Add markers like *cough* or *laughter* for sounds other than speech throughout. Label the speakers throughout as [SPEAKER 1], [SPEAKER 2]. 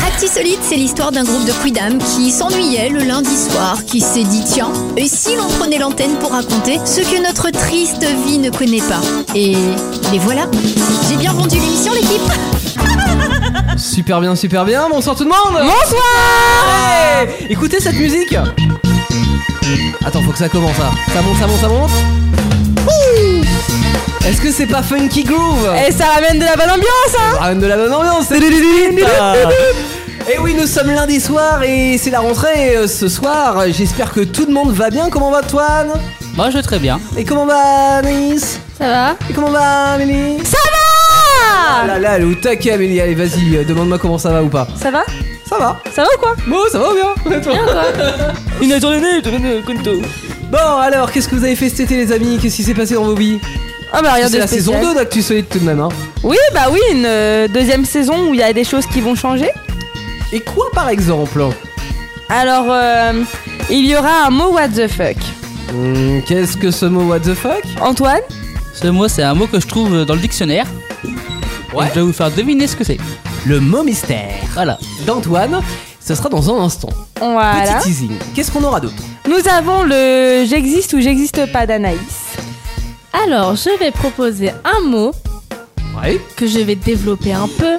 [SPEAKER 1] Partie solide, c'est l'histoire d'un groupe de quidam qui s'ennuyait le lundi soir, qui s'est dit tiens, et si l'on prenait l'antenne pour raconter ce que notre triste vie ne connaît pas Et les voilà. J'ai bien vendu l'émission, l'équipe.
[SPEAKER 2] Super bien, super bien. Bonsoir tout le monde. Bonsoir. Écoutez cette musique. Attends, faut que ça commence là. Ça monte, ça monte, ça monte. Ouh. Est-ce que c'est pas funky groove
[SPEAKER 3] Et ça ramène de la bonne ambiance hein
[SPEAKER 2] Ça ramène de la bonne ambiance. c'est Et oui, nous sommes lundi soir et c'est la rentrée euh, ce soir. J'espère que tout le monde va bien. Comment va Toine
[SPEAKER 4] Moi Bah, je vais très bien.
[SPEAKER 2] Et comment va Nice
[SPEAKER 3] Ça va
[SPEAKER 2] Et comment va Amélie Ça va Ah là là, elle est au taquet Amélie. Allez, vas-y, euh, demande-moi comment ça va ou pas.
[SPEAKER 3] Ça va
[SPEAKER 2] Ça va
[SPEAKER 3] Ça va ou quoi
[SPEAKER 2] Bon, ça va bien, honnêtement.
[SPEAKER 4] Une journée, journée, conto.
[SPEAKER 2] Bon, alors, qu'est-ce que vous avez fait cet été, les amis Qu'est-ce qui s'est passé dans vos vies
[SPEAKER 3] Ah bah rien
[SPEAKER 2] C'est
[SPEAKER 3] de
[SPEAKER 2] la
[SPEAKER 3] spécial.
[SPEAKER 2] saison 2 d'Actu Solide tout de même. Hein.
[SPEAKER 3] Oui bah oui, une euh, deuxième saison où il y a des choses qui vont changer.
[SPEAKER 2] Et quoi, par exemple
[SPEAKER 3] Alors euh, il y aura un mot what the fuck.
[SPEAKER 2] Hmm, Qu'est-ce que ce mot what the fuck
[SPEAKER 3] Antoine
[SPEAKER 4] Ce mot, c'est un mot que je trouve dans le dictionnaire.
[SPEAKER 2] Ouais.
[SPEAKER 4] Et je vais vous faire deviner ce que c'est.
[SPEAKER 2] Le mot mystère
[SPEAKER 4] Voilà.
[SPEAKER 2] d'Antoine. Ce sera dans un instant.
[SPEAKER 3] Voilà.
[SPEAKER 2] Petit teasing. Qu'est-ce qu'on aura d'autre
[SPEAKER 3] Nous avons le j'existe ou j'existe pas d'Anaïs.
[SPEAKER 5] Alors, je vais proposer un mot
[SPEAKER 2] Ouais.
[SPEAKER 5] que je vais développer un peu.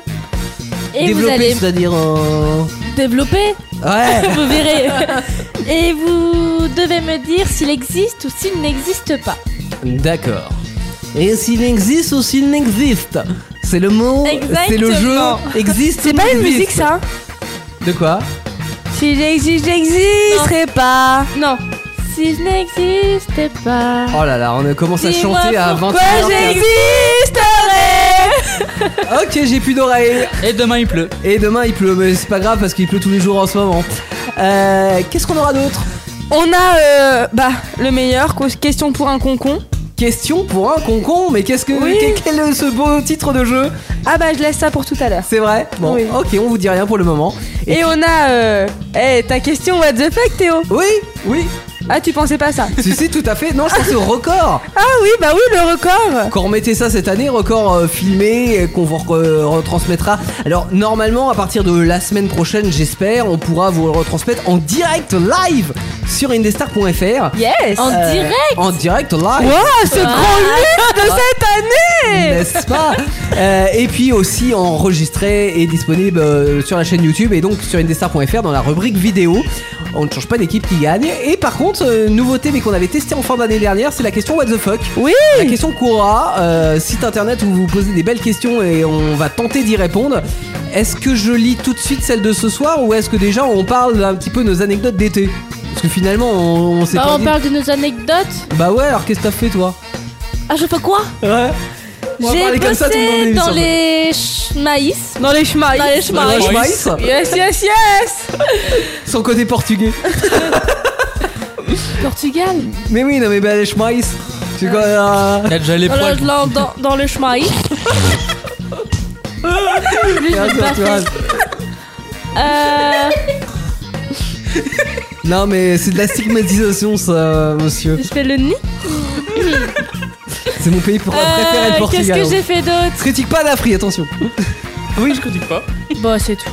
[SPEAKER 5] Et vous
[SPEAKER 2] Développer,
[SPEAKER 5] allez
[SPEAKER 2] c'est-à-dire. euh,
[SPEAKER 5] développer,
[SPEAKER 3] *laughs*
[SPEAKER 2] Ouais.
[SPEAKER 5] vous verrez. *laughs* Et vous devez me dire s'il existe ou s'il n'existe pas.
[SPEAKER 2] D'accord. Et s'il existe ou s'il n'existe C'est le mot. C'est le jeu.
[SPEAKER 5] Exactement.
[SPEAKER 2] Existe.
[SPEAKER 3] C'est
[SPEAKER 2] ou
[SPEAKER 3] pas une
[SPEAKER 2] n'existe.
[SPEAKER 3] musique ça hein.
[SPEAKER 2] De quoi
[SPEAKER 3] Si j'existe, j'existerai pas.
[SPEAKER 5] Non, s'il n'existe pas.
[SPEAKER 2] Oh là là, on commence à
[SPEAKER 5] Dis-moi
[SPEAKER 2] chanter à
[SPEAKER 5] pourquoi
[SPEAKER 2] 20
[SPEAKER 3] Quoi j'existerai
[SPEAKER 2] Ok, j'ai plus d'oreilles.
[SPEAKER 4] Et demain il pleut.
[SPEAKER 2] Et demain il pleut, mais c'est pas grave parce qu'il pleut tous les jours en ce moment. Euh, Qu'est-ce qu'on aura d'autre
[SPEAKER 3] On a euh, bah le meilleur cause- question pour un concon.
[SPEAKER 2] Question pour un concon, mais qu'est-ce que.
[SPEAKER 3] Oui.
[SPEAKER 2] que- Quel est ce beau titre de jeu
[SPEAKER 3] Ah bah je laisse ça pour tout à l'heure.
[SPEAKER 2] C'est vrai Bon,
[SPEAKER 3] Oui.
[SPEAKER 2] ok, on vous dit rien pour le moment.
[SPEAKER 3] Et on a euh... Eh, ta question what the fuck Théo
[SPEAKER 2] Oui,
[SPEAKER 3] *laughs*
[SPEAKER 2] oui,
[SPEAKER 3] Ah tu pensais pas ça
[SPEAKER 2] si, si, tout à fait. Non, c'est ce record
[SPEAKER 3] Ah oui bah oui le record
[SPEAKER 2] Quand on mettait ça cette année, record euh, filmé euh, qu'on vous re- euh, retransmettra. Alors normalement à partir de la semaine prochaine, j'espère, on pourra vous le retransmettre en direct live sur indestar.fr.
[SPEAKER 3] Yes
[SPEAKER 5] En direct
[SPEAKER 2] En direct live.
[SPEAKER 3] Waouh ce grand luxe de cette année
[SPEAKER 2] N'est-ce pas *laughs* Euh, Et puis aussi enregistré et disponible euh, sur la chaîne YouTube et donc sur indestar.fr dans la rubrique vidéo. On ne change pas d'équipe qui gagne. Et par contre, euh, nouveauté mais qu'on avait testé en fin d'année dernière, c'est la question What the fuck
[SPEAKER 3] Oui
[SPEAKER 2] La question courra, euh, site internet où vous posez des belles questions et on va tenter d'y répondre. Est-ce que je lis tout de suite celle de ce soir ou est-ce que déjà on parle un petit peu nos anecdotes d'été Parce que finalement on, on s'est
[SPEAKER 5] Bah,
[SPEAKER 2] pas
[SPEAKER 5] on
[SPEAKER 2] dit-
[SPEAKER 5] parle de nos anecdotes.
[SPEAKER 2] Bah ouais, alors qu'est-ce que t'as fait toi
[SPEAKER 5] Ah, je fais quoi
[SPEAKER 2] Ouais. On va
[SPEAKER 5] J'ai
[SPEAKER 2] parler comme ça tout le monde,
[SPEAKER 5] bossé
[SPEAKER 2] l'émission.
[SPEAKER 5] dans les ch- maïs.
[SPEAKER 3] Dans les chemins
[SPEAKER 5] Dans les
[SPEAKER 2] Dans les
[SPEAKER 5] chemins.
[SPEAKER 2] maïs.
[SPEAKER 3] Yes yes yes
[SPEAKER 2] Bah, Son côté portugais.
[SPEAKER 5] Portugal.
[SPEAKER 2] Mais oui, non mais bah les schmeiss.
[SPEAKER 5] Ah.
[SPEAKER 2] C'est quoi euh,
[SPEAKER 4] Il y a déjà les
[SPEAKER 5] Dans
[SPEAKER 4] poils.
[SPEAKER 5] le, dans, dans- dans le
[SPEAKER 3] *laughs*
[SPEAKER 5] chemin. Lui, je
[SPEAKER 2] un
[SPEAKER 5] l'ai pas
[SPEAKER 2] tatouage.
[SPEAKER 5] fait. Euh,
[SPEAKER 2] Non mais c'est de la stigmatisation ça, monsieur.
[SPEAKER 5] je fais le nid.
[SPEAKER 2] C'est mon pays pour préféré le
[SPEAKER 5] Euh, Qu'est-ce
[SPEAKER 2] Portugal.
[SPEAKER 5] que j'ai fait d'autre
[SPEAKER 2] Critique pas l'Afrique, attention.
[SPEAKER 4] Oui, je critique pas.
[SPEAKER 5] Bah, c'est tout.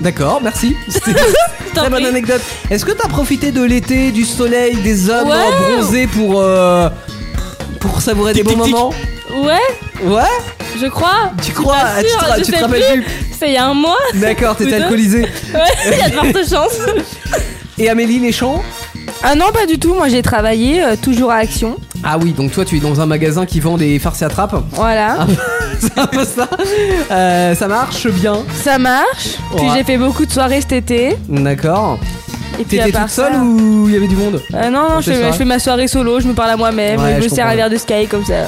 [SPEAKER 2] D'accord, merci. C'était une très
[SPEAKER 5] T'en
[SPEAKER 2] bonne
[SPEAKER 5] prie.
[SPEAKER 2] anecdote. Est-ce que t'as profité de l'été, du soleil, des hommes
[SPEAKER 5] Ouais.
[SPEAKER 2] bronzés pour euh, pour savourer des
[SPEAKER 4] Tic,
[SPEAKER 2] bons
[SPEAKER 4] tic, tic.
[SPEAKER 2] moments
[SPEAKER 5] Ouais,
[SPEAKER 2] Ouais,
[SPEAKER 5] je crois.
[SPEAKER 2] tu crois
[SPEAKER 5] pas
[SPEAKER 2] Ah, tu,
[SPEAKER 5] sûre,
[SPEAKER 2] te,
[SPEAKER 5] je
[SPEAKER 2] tu te
[SPEAKER 5] sais
[SPEAKER 2] rappelles plus
[SPEAKER 5] C'est il y a un mois. *laughs*
[SPEAKER 2] D'accord, t'étais
[SPEAKER 5] Ou deux.
[SPEAKER 2] alcoolisé.
[SPEAKER 5] Ouais, il y a de fortes chances.
[SPEAKER 2] Et Amélie, les champs
[SPEAKER 3] Ah non pas du tout, moi j'ai travaillé euh, toujours à Action.
[SPEAKER 2] Ah oui, donc toi tu es dans un magasin qui vend des farces à trappe.
[SPEAKER 3] Voilà.
[SPEAKER 5] Ah.
[SPEAKER 2] C'est *laughs* un peu ça. Euh, ça marche bien.
[SPEAKER 3] Ça marche. Puis
[SPEAKER 2] Ouais.
[SPEAKER 3] j'ai fait beaucoup de soirées cet été.
[SPEAKER 2] D'accord.
[SPEAKER 3] Et puis à
[SPEAKER 2] T'étais
[SPEAKER 3] part
[SPEAKER 2] toute seule
[SPEAKER 3] ça-
[SPEAKER 2] ou il y avait du monde
[SPEAKER 3] Euh, non, non,
[SPEAKER 2] Pour
[SPEAKER 3] je
[SPEAKER 2] tes
[SPEAKER 3] fais,
[SPEAKER 2] soirées.
[SPEAKER 3] je fais ma soirée solo, je me parle à moi-même,
[SPEAKER 2] Ouais,
[SPEAKER 3] je
[SPEAKER 2] je
[SPEAKER 3] me sers un
[SPEAKER 2] comprends.
[SPEAKER 3] verre de Sky comme ça.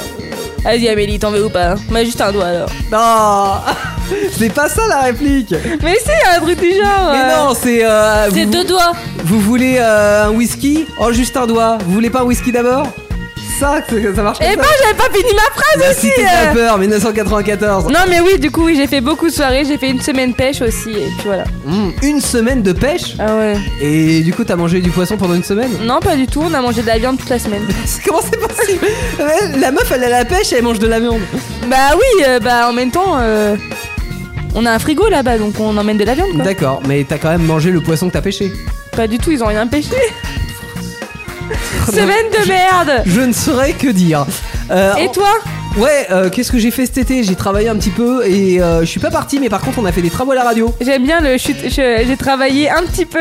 [SPEAKER 3] Vas-y Amélie, t'en veux ou pas Mets juste un doigt alors.
[SPEAKER 2] Non *laughs* C'est pas ça la réplique
[SPEAKER 3] Mais c'est un truc du genre
[SPEAKER 2] Mais
[SPEAKER 3] euh.
[SPEAKER 2] non, c'est. euh,
[SPEAKER 5] C'est
[SPEAKER 2] vous,
[SPEAKER 5] deux doigts.
[SPEAKER 2] vous voulez euh, un whisky Oh, juste un doigt. Vous voulez pas un whisky d'abord Ça, c'est- ça marche
[SPEAKER 3] Eh ben
[SPEAKER 2] pas
[SPEAKER 3] j'avais pas fini ma phrase
[SPEAKER 2] La
[SPEAKER 3] aussi
[SPEAKER 2] cité de la
[SPEAKER 3] euh.
[SPEAKER 2] peur, 1994.
[SPEAKER 3] Non mais oui, du coup oui, j'ai fait beaucoup de soirées, j'ai fait une semaine pêche aussi, et puis voilà.
[SPEAKER 2] Hmm, une semaine de pêche
[SPEAKER 3] Ah ouais.
[SPEAKER 2] Et du coup, t'as mangé du poisson pendant une semaine *laughs*
[SPEAKER 3] Non pas du tout, on a mangé de la viande toute la semaine. *laughs*
[SPEAKER 2] Comment c'est possible Euh,
[SPEAKER 3] *laughs*
[SPEAKER 2] Ouais, La meuf, elle est à la pêche, elle mange de la viande.
[SPEAKER 3] bah oui, euh, bah en même temps, euh, On a un frigo là-bas, donc on emmène de la viande, quoi.
[SPEAKER 2] D'accord, mais t'as quand même mangé le poisson que t'as pêché.
[SPEAKER 3] Pas du tout, ils ont
[SPEAKER 2] *laughs*
[SPEAKER 3] rien pêché. Semaine de merde
[SPEAKER 2] Je ne saurais que dire. Euh,
[SPEAKER 3] Et toi
[SPEAKER 2] Ouais, euh, qu'est-ce que j'ai fait cet été J'ai travaillé un petit peu et euh, je suis pas parti, mais par contre, on a fait des travaux à la radio.
[SPEAKER 3] J'aime bien le chute. je- J'ai travaillé un petit peu,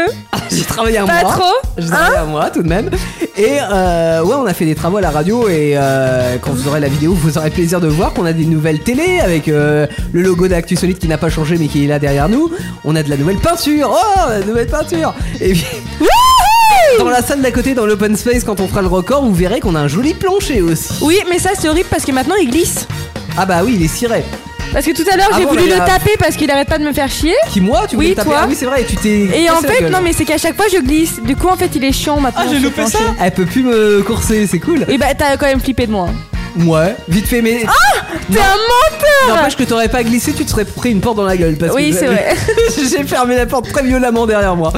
[SPEAKER 2] J'ai travaillé un
[SPEAKER 3] Ah, pas
[SPEAKER 2] mois.
[SPEAKER 3] trop. Hein
[SPEAKER 2] J'ai travaillé un mois tout de même. Et euh, ouais, on a fait des travaux à la radio et euh, quand vous aurez la vidéo, vous aurez plaisir de voir qu'on a des nouvelles télés avec euh, le logo d'Actu Solide qui n'a pas changé mais qui est là derrière nous. On a de la nouvelle peinture. Oh, la nouvelle peinture. Et puis. Dans la salle d'à côté, dans l'open space, quand on fera le record, vous verrez qu'on a un joli plancher aussi.
[SPEAKER 3] Oui, mais ça c'est horrible parce que maintenant il glisse.
[SPEAKER 2] Ah bah oui, il est ciré.
[SPEAKER 3] Parce que tout à l'heure
[SPEAKER 2] Ah
[SPEAKER 3] j'ai
[SPEAKER 2] bon,
[SPEAKER 3] voulu
[SPEAKER 2] bah,
[SPEAKER 3] le
[SPEAKER 2] il a-
[SPEAKER 3] taper parce qu'il arrête pas de me faire chier.
[SPEAKER 2] Qui moi Tu voulais
[SPEAKER 3] Oui,
[SPEAKER 2] taper
[SPEAKER 3] toi.
[SPEAKER 2] Ah oui, c'est vrai. Tu t'es.
[SPEAKER 3] Et en
[SPEAKER 2] cassé la
[SPEAKER 3] fait,
[SPEAKER 2] gueule.
[SPEAKER 3] non mais c'est qu'à chaque fois je glisse. Du coup en fait il est chiant maintenant.
[SPEAKER 4] Ah, j'ai
[SPEAKER 3] ce
[SPEAKER 4] loupé
[SPEAKER 3] plancher.
[SPEAKER 4] ça
[SPEAKER 2] Elle peut plus me courser, c'est cool.
[SPEAKER 3] Et bah t'as quand même flippé de moi.
[SPEAKER 2] Ouais, vite fait, mais
[SPEAKER 3] Ah T'es un menteur
[SPEAKER 2] n'empêche que t'aurais pas glissé, tu te serais pris une porte dans la gueule. Parce
[SPEAKER 3] Oui,
[SPEAKER 2] que
[SPEAKER 3] c'est vrai.
[SPEAKER 2] *laughs* J'ai fermé la porte très violemment derrière moi.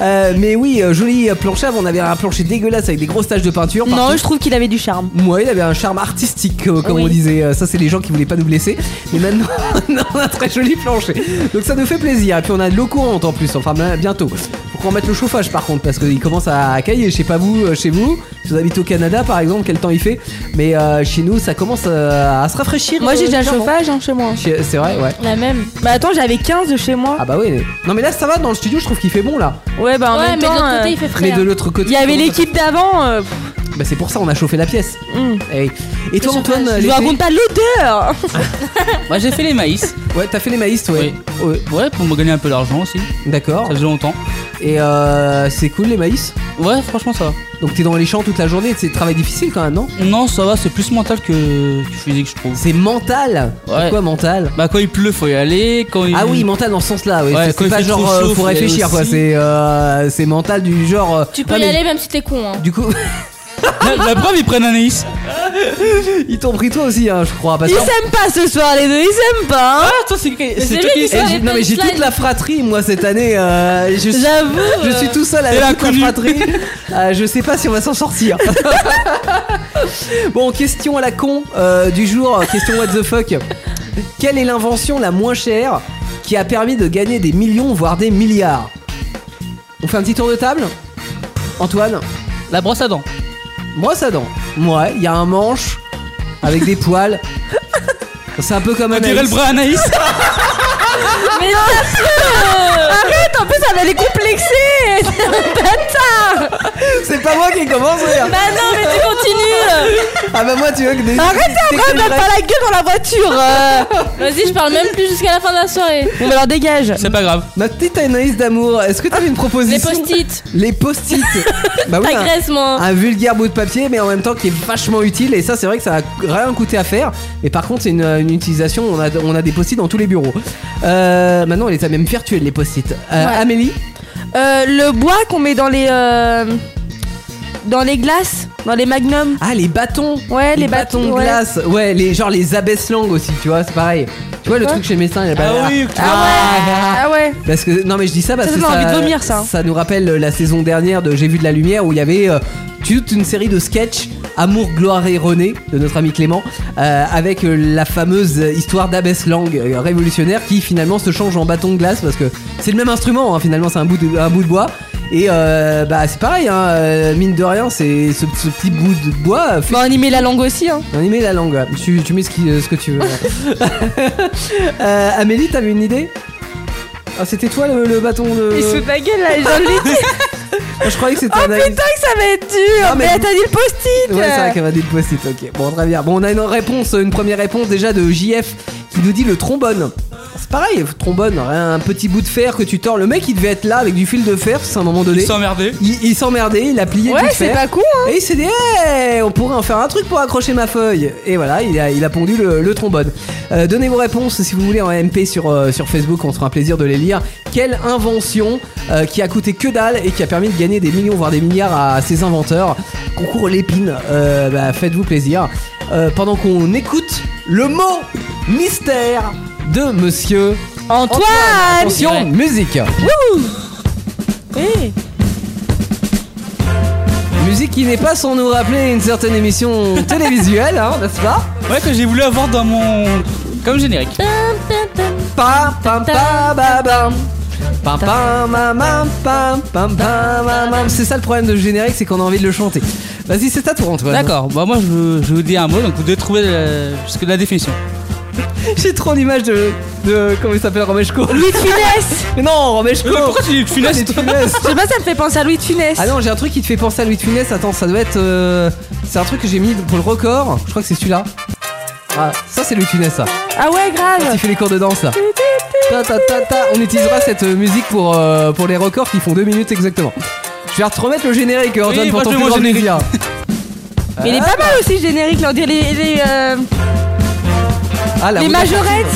[SPEAKER 2] Euh, mais oui, euh, joli euh, plancher. Avant, On avait un plancher dégueulasse avec des grosses taches de peinture.
[SPEAKER 3] Non,
[SPEAKER 2] partout.
[SPEAKER 3] je trouve qu'il avait du charme.
[SPEAKER 2] Moi, il avait un charme artistique, euh, comme
[SPEAKER 3] Oui.
[SPEAKER 2] on disait. Euh, Ça, c'est les gens qui voulaient pas nous blesser. Mais maintenant, *laughs* on a un très joli plancher. Donc, ça nous fait plaisir. Et puis, on a de l'eau courante en plus. Enfin, bien- bientôt. Faut qu'on mette le chauffage, par contre, parce qu'il commence à cailler. Je sais pas vous, euh, chez vous. Si vous habitez au Canada, par exemple, quel temps il fait. Mais euh, chez nous, ça commence euh, à se rafraîchir.
[SPEAKER 3] Moi j'ai
[SPEAKER 2] euh,
[SPEAKER 3] déjà le
[SPEAKER 2] clairement.
[SPEAKER 3] chauffage hein, chez moi.
[SPEAKER 2] Chez- C'est vrai, ouais.
[SPEAKER 5] La même.
[SPEAKER 3] Bah attends, j'avais 15 de chez moi.
[SPEAKER 2] Ah bah oui. mais- Non, mais là, ça va. Dans le studio, je trouve qu'il fait bon là.
[SPEAKER 3] Ouais, bah en
[SPEAKER 5] ouais,
[SPEAKER 3] même
[SPEAKER 5] mais de
[SPEAKER 3] temps.
[SPEAKER 5] l'autre côté,
[SPEAKER 3] euh,
[SPEAKER 5] il fait frais.
[SPEAKER 2] Mais de
[SPEAKER 5] hein.
[SPEAKER 2] l'autre côté.
[SPEAKER 3] Il y avait l'équipe d'avant. euh, pff,
[SPEAKER 2] Bah, c'est pour ça on a chauffé la pièce.
[SPEAKER 3] hum.
[SPEAKER 2] Eh oui. Et toi,
[SPEAKER 5] Le
[SPEAKER 2] Antoine,
[SPEAKER 5] chauffage.
[SPEAKER 3] euh, Je vous
[SPEAKER 2] l'été-
[SPEAKER 3] raconte pas l'odeur
[SPEAKER 4] Moi Bah, j'ai fait les maïs.
[SPEAKER 2] Ouais, t'as fait les maïs, toi.
[SPEAKER 4] Oui.
[SPEAKER 2] Ouais,
[SPEAKER 4] Ouais, pour me gagner un peu d'argent aussi. Ça
[SPEAKER 2] D'accord.
[SPEAKER 4] faisait longtemps.
[SPEAKER 2] Et euh, c'est cool les maïs.
[SPEAKER 4] Ouais, franchement ça va.
[SPEAKER 2] Donc t'es dans les champs toute la journée, c'est travail difficile quand même, non
[SPEAKER 4] Non, ça va, c'est plus mental que, que physique, je trouve.
[SPEAKER 2] C'est mental.
[SPEAKER 4] Ouais.
[SPEAKER 2] Pourquoi mental
[SPEAKER 4] Bah, quand il pleut, faut y aller. Quand il...
[SPEAKER 2] Ah oui, mental dans ce sens-là. oui.
[SPEAKER 4] Ouais,
[SPEAKER 2] c'est
[SPEAKER 4] quand
[SPEAKER 2] c'est
[SPEAKER 4] il
[SPEAKER 2] pas
[SPEAKER 4] fait
[SPEAKER 2] genre
[SPEAKER 4] trop
[SPEAKER 2] euh,
[SPEAKER 4] chaud,
[SPEAKER 2] faut
[SPEAKER 4] faut y aller
[SPEAKER 2] réfléchir quoi.
[SPEAKER 4] aussi.
[SPEAKER 2] C'est euh, c'est mental du genre. euh,
[SPEAKER 5] Tu peux
[SPEAKER 2] non,
[SPEAKER 5] y
[SPEAKER 2] mais
[SPEAKER 5] aller même si t'es con. Hein.
[SPEAKER 2] Du coup, *laughs*
[SPEAKER 4] La, la preuve, ils prennent Anaïs.
[SPEAKER 2] ils t'ont pris toi aussi, hein, je crois. Parce
[SPEAKER 3] Ils
[SPEAKER 2] que-
[SPEAKER 3] s'aiment pas ce soir, les deux, ils s'aiment pas hein
[SPEAKER 4] Ah, toi, c'est
[SPEAKER 5] c'est
[SPEAKER 4] c'est
[SPEAKER 5] lui
[SPEAKER 4] toi qui.
[SPEAKER 5] qui-
[SPEAKER 2] Eh,
[SPEAKER 5] Ouais,
[SPEAKER 2] j'ai- non mais j'ai
[SPEAKER 5] punchline.
[SPEAKER 2] toute la fratrie moi cette année. euh, je suis-
[SPEAKER 3] J'avoue
[SPEAKER 2] Je suis tout seul avec
[SPEAKER 4] Et
[SPEAKER 2] toute la
[SPEAKER 4] l'inconnu. *laughs*
[SPEAKER 2] fratrie. Euh, je sais pas si on va s'en sortir. bon, question à la con euh, du jour, question what the fuck. Quelle est l'invention la moins chère qui a permis de gagner des millions, voire des milliards On fait un petit tour de table Antoine
[SPEAKER 4] La brosse à dents.
[SPEAKER 2] Moi, ça dent. Moi, il y a un manche avec des poils. C'est un peu comme
[SPEAKER 4] On
[SPEAKER 2] un
[SPEAKER 4] dirait le bras à Anaïs.
[SPEAKER 3] Mais Arrête, en plus elle allait complexer
[SPEAKER 2] C'est pas moi qui commence. regarde.
[SPEAKER 3] Bah non, mais tu continues
[SPEAKER 2] Ah bah moi, tu veux que des.
[SPEAKER 3] Arrête,
[SPEAKER 2] des-
[SPEAKER 3] après, elle bat pas la gueule dans la
[SPEAKER 2] *laughs*
[SPEAKER 3] voiture euh.
[SPEAKER 5] *laughs* Vas-y, je parle même plus jusqu'à la fin de la soirée.
[SPEAKER 3] Bon, bah alors dégage
[SPEAKER 4] *laughs* C'est pas grave.
[SPEAKER 2] Ma petite Anaïs d'amour, est-ce que t'avais une
[SPEAKER 5] Les
[SPEAKER 2] proposition
[SPEAKER 5] post-it.
[SPEAKER 2] Les post-it Bah oui, un,
[SPEAKER 5] T'agresses, moi.
[SPEAKER 2] un vulgaire bout de papier, mais en même temps qui est vachement utile. Et ça, c'est vrai que ça a rien coûté à faire. Mais par contre, c'est une, une utilisation, on a, on a des post-it dans tous les bureaux. Euh, maintenant, on les a même virtuels, les post-it. Euh,
[SPEAKER 5] Ouais.
[SPEAKER 2] Amélie
[SPEAKER 3] Euh, Le bois qu'on met dans les... euh, Dans les glaces, dans les magnums
[SPEAKER 2] Ah, les bâtons
[SPEAKER 3] Ouais, les,
[SPEAKER 2] de
[SPEAKER 3] ouais.
[SPEAKER 2] glace, ouais, les, genre les abaisse langues aussi, tu vois, c'est pareil. Tu vois le
[SPEAKER 3] Quoi
[SPEAKER 2] truc chez le médecin, il a pas l'air.
[SPEAKER 4] oui, ok.
[SPEAKER 2] Ah,
[SPEAKER 3] Ah ouais
[SPEAKER 2] Parce que non mais je dis ça parce
[SPEAKER 3] Ça
[SPEAKER 2] que
[SPEAKER 3] donne envie de vomir, ça. hein.
[SPEAKER 2] nous rappelle euh, la saison dernière de J'ai vu de la lumière où il y avait euh, toute une série de sketchs Amour, gloire et René de notre ami Clément euh, avec euh, la fameuse histoire d'Abbesse Lang euh, révolutionnaire qui finalement se change en bâton de glace parce que c'est le même instrument hein, finalement c'est un bout de, un bout de bois et euh, bah c'est pareil hein, euh, mine de rien c'est ce, ce petit bout de bois euh, fait
[SPEAKER 3] Bah on y met la langue aussi hein
[SPEAKER 2] on y met la langue ouais. tu, tu mets ce, qui- euh, ce que tu veux
[SPEAKER 3] *laughs*
[SPEAKER 2] Euh, Amélie t'avais une idée ah, c'était toi le, le bâton de...
[SPEAKER 3] Il se fout de la gueule là, j'en
[SPEAKER 2] *laughs*
[SPEAKER 3] ai dit
[SPEAKER 2] Je croyais que c'était
[SPEAKER 3] Oh
[SPEAKER 2] un
[SPEAKER 3] putain que ça va être dur
[SPEAKER 2] Non, mais-
[SPEAKER 3] Mais t'as dit le post-it
[SPEAKER 2] Ouais, c'est vrai qu'elle m'a dit le post-it, ok. Bon, très bien. Bon, on a une réponse, une première réponse déjà de JF qui nous dit le trombone. C'est pareil, le trombone, un petit bout de fer que tu tords. Le mec, il devait être là avec du fil de fer, c'est à un moment
[SPEAKER 4] Ils
[SPEAKER 2] donné.
[SPEAKER 4] s'emmerdaient.
[SPEAKER 2] Il, il s'emmerdait, il a plié le bout
[SPEAKER 3] Ouais,
[SPEAKER 2] de
[SPEAKER 3] c'est
[SPEAKER 2] fer.
[SPEAKER 3] pas con hein.
[SPEAKER 2] Et il s'est dit, Hey, on pourrait en faire un truc pour accrocher ma feuille. Et voilà, il a, il a pondu le, le trombone. Euh, donnez vos réponses si vous voulez en MP sur, euh, sur Facebook, on se fera un plaisir de les lire. Quelle invention euh, qui a coûté que dalle et qui a permis de gagner des millions, voire des milliards à ses inventeurs Concours l'épine, Euh, bah, faites-vous plaisir. Euh, pendant qu'on écoute le mot mystère de monsieur
[SPEAKER 3] Antoine,
[SPEAKER 2] Attention, musique
[SPEAKER 3] Eh,
[SPEAKER 2] Musique qui n'est pas sans nous rappeler une certaine émission télévisuelle, hein, n'est-ce pas
[SPEAKER 4] Ouais, que j'ai voulu avoir dans mon. Comme générique.
[SPEAKER 5] Dun, dun, dun.
[SPEAKER 2] pam pam pam pam pam. Pam pam pam pam pam pam pam pam. C'est ça le problème de ce générique, c'est qu'on a envie de le chanter. Vas-y, c'est à toi Antoine.
[SPEAKER 4] D'accord, bah moi je, je vais vous dire un mot, donc vous devez trouver la, jusque la définition.
[SPEAKER 2] *laughs* J'ai trop l'image de, de comment il s'appelle *laughs* Romeshko.
[SPEAKER 3] Louis de Funès
[SPEAKER 2] Mais non, Romeshko.
[SPEAKER 4] Mais pourquoi tu dis de Funès,
[SPEAKER 2] Pourquoi
[SPEAKER 4] toi
[SPEAKER 2] t'es de Funès
[SPEAKER 3] *laughs* Je sais pas, ça me fait penser à Louis de Funès.
[SPEAKER 2] Ah non, j'ai un truc qui te fait penser à Louis de Funès. Attends, ça doit être. euh, c'est un truc que j'ai mis pour le record. Je crois que c'est celui-là. Ah, ça c'est Louis de Funès, ça.
[SPEAKER 3] Ah ouais,
[SPEAKER 2] Quand il
[SPEAKER 3] grave.
[SPEAKER 2] fait les cours de danse, là. Ta, ta, ta, ta. On utilisera cette euh, musique pour, euh, pour les records qui font deux minutes exactement. Je vais te remettre le générique, euh, Antoine,
[SPEAKER 4] Oui,
[SPEAKER 2] pour
[SPEAKER 4] moi,
[SPEAKER 2] ton
[SPEAKER 4] je
[SPEAKER 2] plus
[SPEAKER 4] veux
[SPEAKER 2] grand
[SPEAKER 4] mon générique.
[SPEAKER 2] plaisir.
[SPEAKER 3] Mais il est pas mal aussi, le générique, là. On dirait les, les, euh,
[SPEAKER 2] Ah, la
[SPEAKER 3] les
[SPEAKER 2] roue-
[SPEAKER 3] majorettes.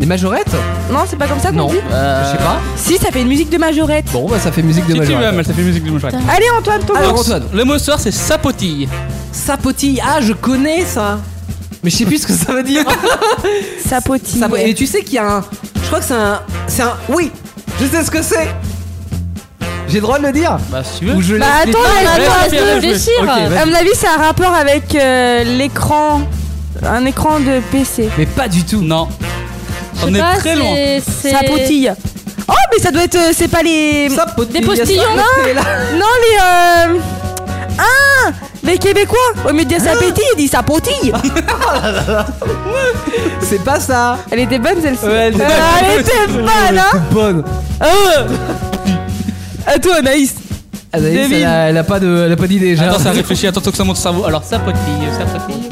[SPEAKER 2] Les majorettes
[SPEAKER 3] Non, c'est pas comme ça qu'on
[SPEAKER 2] Non. Euh,
[SPEAKER 3] dit
[SPEAKER 2] Je sais pas.
[SPEAKER 3] Si, ça fait une musique de majorette.
[SPEAKER 2] Bon, bah ça fait musique de
[SPEAKER 4] Si tu veux,
[SPEAKER 2] majorette.
[SPEAKER 4] Amel, ça fait musique de mon chouette.
[SPEAKER 3] Allez, Antoine, ton
[SPEAKER 2] Alors,
[SPEAKER 3] tour.
[SPEAKER 2] Antoine.
[SPEAKER 4] Le mot sort c'est sapotille.
[SPEAKER 2] Sapotille. Ah, je connais ça. Mais je sais plus ce que ça veut dire.
[SPEAKER 3] Sapotille.
[SPEAKER 2] Ah, Ça- Et tu sais qu'il y a un. Je crois que c'est un. C'est un. Oui Je sais ce que c'est J'ai le droit de le dire
[SPEAKER 4] Bah si tu
[SPEAKER 2] Ou
[SPEAKER 4] veux.
[SPEAKER 2] je
[SPEAKER 3] Bah
[SPEAKER 2] laisse les-
[SPEAKER 3] attends,
[SPEAKER 5] Ah,
[SPEAKER 3] attends,
[SPEAKER 5] non,
[SPEAKER 4] Laisse-les faire,
[SPEAKER 5] parce que
[SPEAKER 4] laisse-les.
[SPEAKER 5] réfléchir.
[SPEAKER 4] Ok, vas-y.
[SPEAKER 2] vas-y.
[SPEAKER 3] À mon avis, ça a un rapport avec euh, l'écran. Un écran de PC.
[SPEAKER 2] Mais pas du tout
[SPEAKER 4] Non.
[SPEAKER 5] Je
[SPEAKER 4] On
[SPEAKER 5] sais pas,
[SPEAKER 4] est très loin.
[SPEAKER 5] c'est- c'est-
[SPEAKER 3] Ça potille. Oh, mais ça doit être. euh, C'est pas les.
[SPEAKER 2] Sapotille,
[SPEAKER 5] Des postillons,
[SPEAKER 2] ça,
[SPEAKER 5] non
[SPEAKER 2] c'est là.
[SPEAKER 3] Non, les. Euh... Ah Les Québécois Au lieu de dire ça pétille, ils disent ça potille
[SPEAKER 2] C'est pas ça
[SPEAKER 3] *laughs* Elle était bonne celle-ci.
[SPEAKER 2] Ouais, elle était
[SPEAKER 3] Euh,
[SPEAKER 2] bonne.
[SPEAKER 3] elle était bonne, hein
[SPEAKER 2] Bonne
[SPEAKER 3] Euh. *laughs* À toi, Anaïs
[SPEAKER 2] Anaïs,
[SPEAKER 3] Devine.
[SPEAKER 2] elle a, elle a pas de, elle a pas d'idée. j'ai
[SPEAKER 4] Attends, ça
[SPEAKER 2] l'impression-
[SPEAKER 4] réfléchit, attends que ça monte au cerveau. Alors sapotille, sapotille.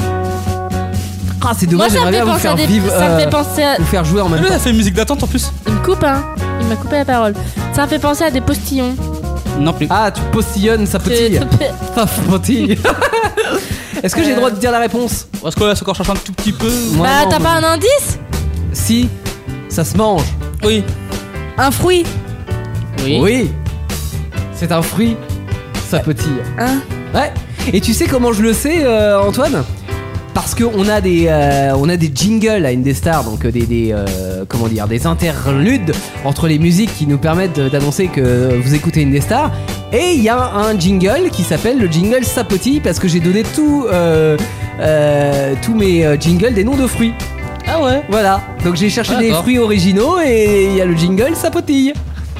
[SPEAKER 2] Ah, c'est
[SPEAKER 5] Moi,
[SPEAKER 2] dommage.
[SPEAKER 5] ça me
[SPEAKER 2] J'aimerais
[SPEAKER 5] fait
[SPEAKER 2] bien vous
[SPEAKER 5] penser à
[SPEAKER 2] faire
[SPEAKER 5] des.
[SPEAKER 2] vivre,
[SPEAKER 5] Ça me
[SPEAKER 2] euh,
[SPEAKER 5] fait penser à.
[SPEAKER 2] vous faire jouer en même
[SPEAKER 4] Lui,
[SPEAKER 2] temps.
[SPEAKER 4] ça fait musique d'attente en plus.
[SPEAKER 5] Il me coupe, hein. Il m'a coupé la parole. Ça me fait penser à des postillons.
[SPEAKER 4] Non plus.
[SPEAKER 2] Ah, tu postillonnes, sapotille. *laughs*
[SPEAKER 5] C'est- *laughs*
[SPEAKER 2] Sapotille. Est-ce que j'ai le droit de dire la réponse
[SPEAKER 4] Est-ce qu'on va encore chercher un tout petit peu
[SPEAKER 2] Moi,
[SPEAKER 5] Bah,
[SPEAKER 2] non,
[SPEAKER 5] t'as
[SPEAKER 2] mais-
[SPEAKER 5] pas un indice
[SPEAKER 2] Si, ça se mange.
[SPEAKER 4] Oui.
[SPEAKER 3] Un fruit
[SPEAKER 4] Oui.
[SPEAKER 2] C'est un fruit, sapotille.
[SPEAKER 3] Hein
[SPEAKER 2] Ouais. Et tu sais comment je le sais, euh, Antoine Parce qu'on a des, euh, on a des jingles à Indestar, donc euh, des, des euh, comment dire, des interludes entre les musiques qui nous permettent de- d'annoncer que vous écoutez Indestar. Et il y a un jingle qui s'appelle le jingle sapotille parce que j'ai donné tout, euh, euh, tous mes euh, jingles des noms de fruits.
[SPEAKER 4] Ah ouais.
[SPEAKER 2] Voilà. Donc j'ai cherché
[SPEAKER 4] Ah,
[SPEAKER 2] des
[SPEAKER 4] d'accord.
[SPEAKER 2] fruits originaux et il y a le jingle sapotille.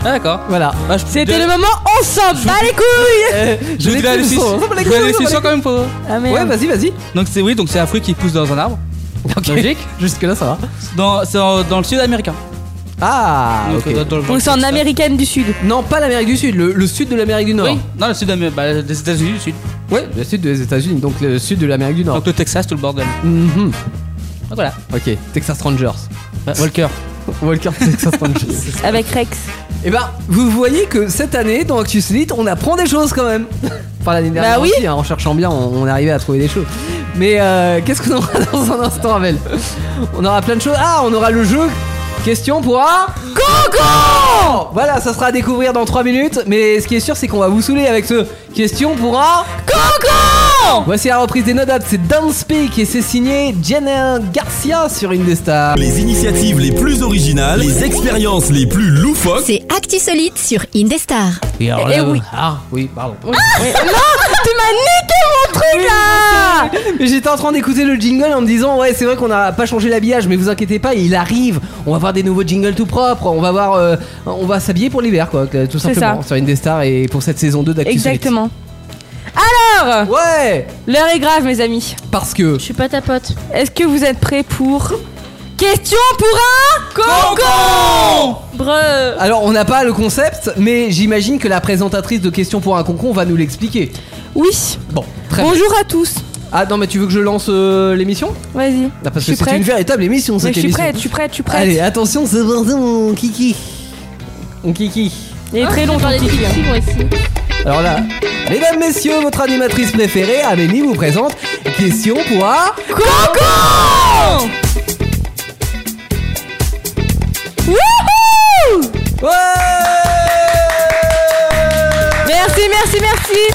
[SPEAKER 4] Ah d'accord.
[SPEAKER 2] Voilà.
[SPEAKER 4] Bah, je-
[SPEAKER 3] C'était
[SPEAKER 4] je-
[SPEAKER 3] le moment, on s'en bat les couilles
[SPEAKER 4] Je vais
[SPEAKER 2] l'ai
[SPEAKER 4] te la
[SPEAKER 2] plus,
[SPEAKER 4] laisser.
[SPEAKER 2] le son.
[SPEAKER 4] Je vais la laisser sur quand même pour.
[SPEAKER 3] Ah
[SPEAKER 2] Ouais, vas-y, vas-y.
[SPEAKER 4] Donc c'est oui, donc c'est un fruit qui pousse dans un arbre.
[SPEAKER 2] Ok.
[SPEAKER 4] Logique.
[SPEAKER 2] Jusque-là, ça va.
[SPEAKER 4] Dans, c'est en- dans le sud américain.
[SPEAKER 2] Ah,
[SPEAKER 4] Donc,
[SPEAKER 2] ok.
[SPEAKER 4] euh, dans le-
[SPEAKER 3] Donc c'est en américaine du sud.
[SPEAKER 2] Non, pas l'Amérique du Sud, le, le sud de l'Amérique du Nord.
[SPEAKER 4] Oui. Non, le sud américain. Bah, les États-Unis du sud.
[SPEAKER 2] Ouais, le sud des États-Unis, donc le sud de l'Amérique du Nord.
[SPEAKER 4] Donc le Texas, tout le bordel.
[SPEAKER 2] Mhm.
[SPEAKER 4] Donc voilà.
[SPEAKER 2] Ok, Texas Rangers.
[SPEAKER 4] Bah, Walker.
[SPEAKER 2] Walker Texas *laughs* Rangers.
[SPEAKER 3] Avec Rex.
[SPEAKER 2] Et ben, vous voyez que cette année, dans Actus Elite, on apprend des choses quand même. *laughs* Enfin, l'année dernière
[SPEAKER 3] Bah oui.
[SPEAKER 2] aussi, hein, en cherchant bien, on, on arrivait à trouver des choses. Mais euh, qu'est-ce qu'on aura *laughs* dans un instant, Abel On aura plein de choses. Ah, on aura le jeu. Question pour un. Concours Voilà, ça sera à découvrir dans 3 minutes. Mais ce qui est sûr, c'est qu'on va vous saouler avec ce question pour un. Voici la reprise des No Doubt, c'est Don't Speak et c'est signé Jenna Garcia sur Indestar.
[SPEAKER 6] Les initiatives les plus originales, les expériences les plus loufoques.
[SPEAKER 1] C'est Actisolite sur Indestar.
[SPEAKER 4] Et, alors,
[SPEAKER 3] Eh oui.
[SPEAKER 2] Ah oui, pardon.
[SPEAKER 3] Tu m'as niqué mon truc là
[SPEAKER 2] Mais j'étais en train d'écouter le jingle en me disant ouais c'est vrai qu'on n'a pas changé l'habillage mais vous inquiétez pas il arrive. On va voir des nouveaux jingles tout propres. On va voir euh, on va s'habiller pour l'hiver quoi que- tout
[SPEAKER 3] C'est
[SPEAKER 2] simplement
[SPEAKER 3] ça.
[SPEAKER 2] sur Indestar et pour cette saison 2 d'Actu
[SPEAKER 3] Exactement. Alors,
[SPEAKER 2] Solite. Ouais
[SPEAKER 3] l'heure est grave mes amis.
[SPEAKER 2] parce que
[SPEAKER 5] Je suis pas ta pote.
[SPEAKER 3] Est-ce que vous êtes prêts pour question pour un concon
[SPEAKER 5] Breu.
[SPEAKER 2] alors on n'a pas le concept mais j'imagine que la présentatrice de questions pour un concon va nous l'expliquer.
[SPEAKER 3] Oui.
[SPEAKER 2] Bon très bien.
[SPEAKER 3] Bonjour à tous.
[SPEAKER 2] Ah non mais tu veux que je lance euh, l'émission
[SPEAKER 3] Vas-y.
[SPEAKER 2] Ah, Parce
[SPEAKER 3] Je
[SPEAKER 2] que
[SPEAKER 3] suis
[SPEAKER 2] c'est
[SPEAKER 3] prête.
[SPEAKER 2] une véritable émission
[SPEAKER 3] Oui,
[SPEAKER 2] cette
[SPEAKER 3] je suis
[SPEAKER 2] émission.
[SPEAKER 3] prête, je suis prête, je suis prête.
[SPEAKER 2] Allez attention c'est parti, mon kiki. Mon kiki.
[SPEAKER 3] Il est très long ton
[SPEAKER 5] les
[SPEAKER 3] petit.
[SPEAKER 5] petits moi aussi.
[SPEAKER 2] Alors là, mesdames, messieurs, votre animatrice préférée, Amélie, vous présente Question pour un...
[SPEAKER 3] Concon Wouhou
[SPEAKER 2] Ouais
[SPEAKER 3] Merci, merci, merci.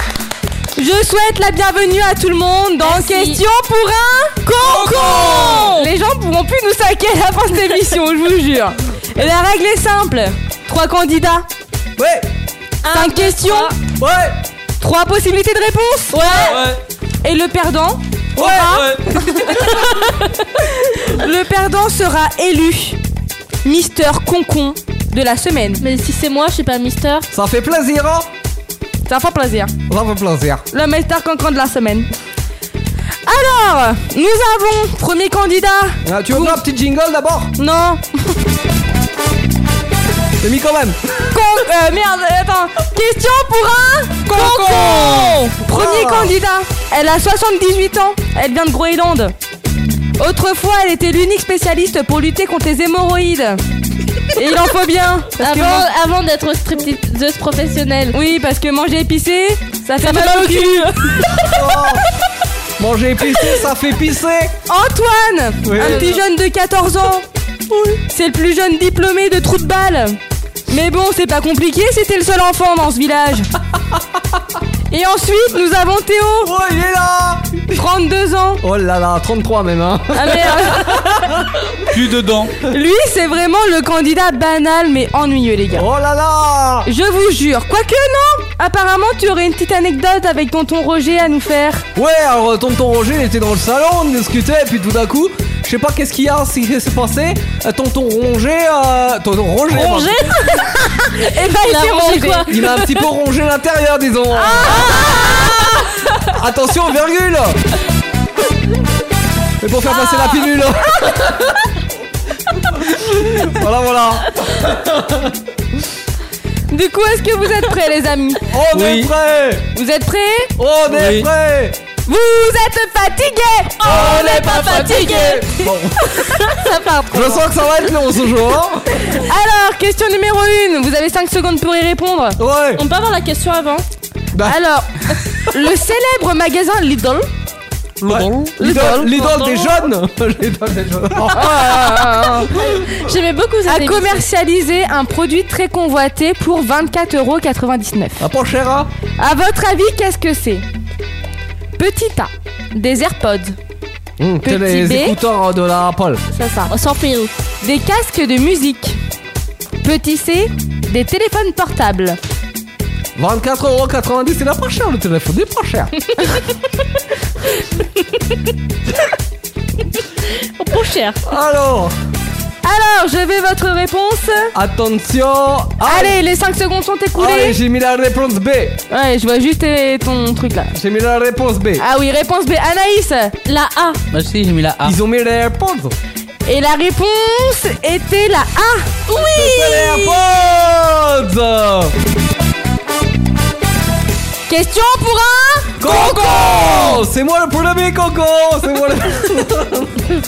[SPEAKER 3] Je souhaite la bienvenue à tout le monde dans
[SPEAKER 5] Merci.
[SPEAKER 3] Question pour un concon. Les gens pourront plus nous saquer à la fin de cette émission, je vous jure. Et la règle est simple. Trois candidats,
[SPEAKER 2] Ouais
[SPEAKER 3] cinq questions,
[SPEAKER 2] Ouais
[SPEAKER 3] trois possibilités de réponse. Ouais.
[SPEAKER 4] Ouais.
[SPEAKER 3] Et le perdant,
[SPEAKER 4] Ouais.
[SPEAKER 2] hein
[SPEAKER 4] ouais.
[SPEAKER 3] le perdant sera élu Mister Concon de la semaine.
[SPEAKER 5] Mais si c'est moi, je suis pas Mister.
[SPEAKER 2] Ça fait plaisir, hein
[SPEAKER 3] Ça fait plaisir.
[SPEAKER 2] Ça fait plaisir.
[SPEAKER 3] Le Mister Concon de la semaine. Alors, nous avons premier candidat.
[SPEAKER 2] Ah, tu veux bien un petit jingle d'abord
[SPEAKER 3] Non,
[SPEAKER 2] J'ai mis quand même.
[SPEAKER 3] Con- euh, merde, attends. Question pour un concon. Premier
[SPEAKER 2] Oh.
[SPEAKER 3] candidat. Elle a 78 ans. Elle vient de Groenland. Autrefois, elle était l'unique spécialiste pour lutter contre les hémorroïdes. Et il en faut bien. parce que
[SPEAKER 5] Avant,
[SPEAKER 3] man-
[SPEAKER 5] avant d'être stripteaseuse professionnelle.
[SPEAKER 3] Oui, parce que manger épicé, ça fait mal au cul.
[SPEAKER 2] Manger épicé, ça fait pisser.
[SPEAKER 3] Antoine,
[SPEAKER 2] Oui.
[SPEAKER 3] un petit jeune de 14 ans. C'est le plus jeune diplômé de trou de balle. Mais bon, c'est pas compliqué, c'était le seul enfant dans ce village. Et ensuite, nous avons Théo.
[SPEAKER 2] Oh, il est là
[SPEAKER 3] 32 ans.
[SPEAKER 2] Oh là là, 33 même, hein.
[SPEAKER 3] Ah merde.
[SPEAKER 4] Plus dedans.
[SPEAKER 3] Lui, c'est vraiment le candidat banal mais ennuyeux, les gars.
[SPEAKER 2] Oh là là
[SPEAKER 3] Je vous jure. Quoique, non Apparemment, tu aurais une petite anecdote avec tonton Roger à nous faire.
[SPEAKER 2] Ouais, alors euh, tonton Roger, il était dans le salon, on discutait, et puis tout d'un coup, je sais pas qu'est-ce qu'il y a, ce qui s'est passé. euh, Tonton Roger, euh, tonton Roger, pardon.
[SPEAKER 3] Ronger *laughs* Eh ben, il
[SPEAKER 5] Il a
[SPEAKER 3] s'est
[SPEAKER 5] rongé
[SPEAKER 3] rongé.
[SPEAKER 5] quoi
[SPEAKER 2] il a un petit peu rongé l'intérieur, disons.
[SPEAKER 4] Ah.
[SPEAKER 2] Attention, virgule Mais pour faire
[SPEAKER 4] Ah.
[SPEAKER 2] passer la pilule Voilà, voilà
[SPEAKER 3] Du coup, est-ce que vous êtes prêts, les amis
[SPEAKER 2] On est
[SPEAKER 4] Oui.
[SPEAKER 2] prêt
[SPEAKER 3] Vous êtes prêts
[SPEAKER 2] On est
[SPEAKER 4] Oui.
[SPEAKER 2] prêt
[SPEAKER 3] Vous êtes fatigués On n'est pas fatigués
[SPEAKER 2] Bon,
[SPEAKER 3] Ça part.
[SPEAKER 2] je sens que ça va être long ce jour. hein.
[SPEAKER 3] Alors, question numéro 1. Vous avez 5 secondes pour y répondre.
[SPEAKER 2] Ouais.
[SPEAKER 5] On peut avoir la question avant
[SPEAKER 2] Bah,
[SPEAKER 3] Alors, le célèbre magasin Lidl.
[SPEAKER 2] ouais. l'idole, l'idole des jeunes. *laughs* L'idole des jeunes. Oh.
[SPEAKER 5] J'aimais beaucoup cette
[SPEAKER 3] a
[SPEAKER 5] émission.
[SPEAKER 3] commercialisé un produit très convoité pour 24,99€.
[SPEAKER 2] Ah, pas cher, hein
[SPEAKER 3] À votre avis, qu'est-ce que c'est Petit A, des AirPods,
[SPEAKER 2] Hum, t'es
[SPEAKER 3] Petit
[SPEAKER 2] les
[SPEAKER 3] B.
[SPEAKER 2] écouteurs de la Apple.
[SPEAKER 3] ça ça.
[SPEAKER 5] Oh, Sans péril.
[SPEAKER 3] Des casques de musique. Petit C, des téléphones portables.
[SPEAKER 2] 24,90€, c'est la pas cher le téléphone, il est pas cher.
[SPEAKER 5] Oh, Pas cher.
[SPEAKER 2] Alors,
[SPEAKER 3] Alors, je vais votre réponse.
[SPEAKER 2] attention.
[SPEAKER 3] Allez, les 5 secondes sont
[SPEAKER 2] Allez,
[SPEAKER 3] écoulées.
[SPEAKER 2] j'ai mis la réponse B.
[SPEAKER 3] Ouais, je vois juste euh, ton truc là.
[SPEAKER 2] J'ai mis la réponse B.
[SPEAKER 3] Ah oui, réponse B, Anaïs.
[SPEAKER 5] La A.
[SPEAKER 4] Bah si, j'ai mis la A.
[SPEAKER 2] Ils ont mis les AirPods.
[SPEAKER 3] Et la réponse était la A.
[SPEAKER 2] C'est les AirPods
[SPEAKER 3] Question pour un
[SPEAKER 2] Coco C'est moi le premier, Coco C'est moi le...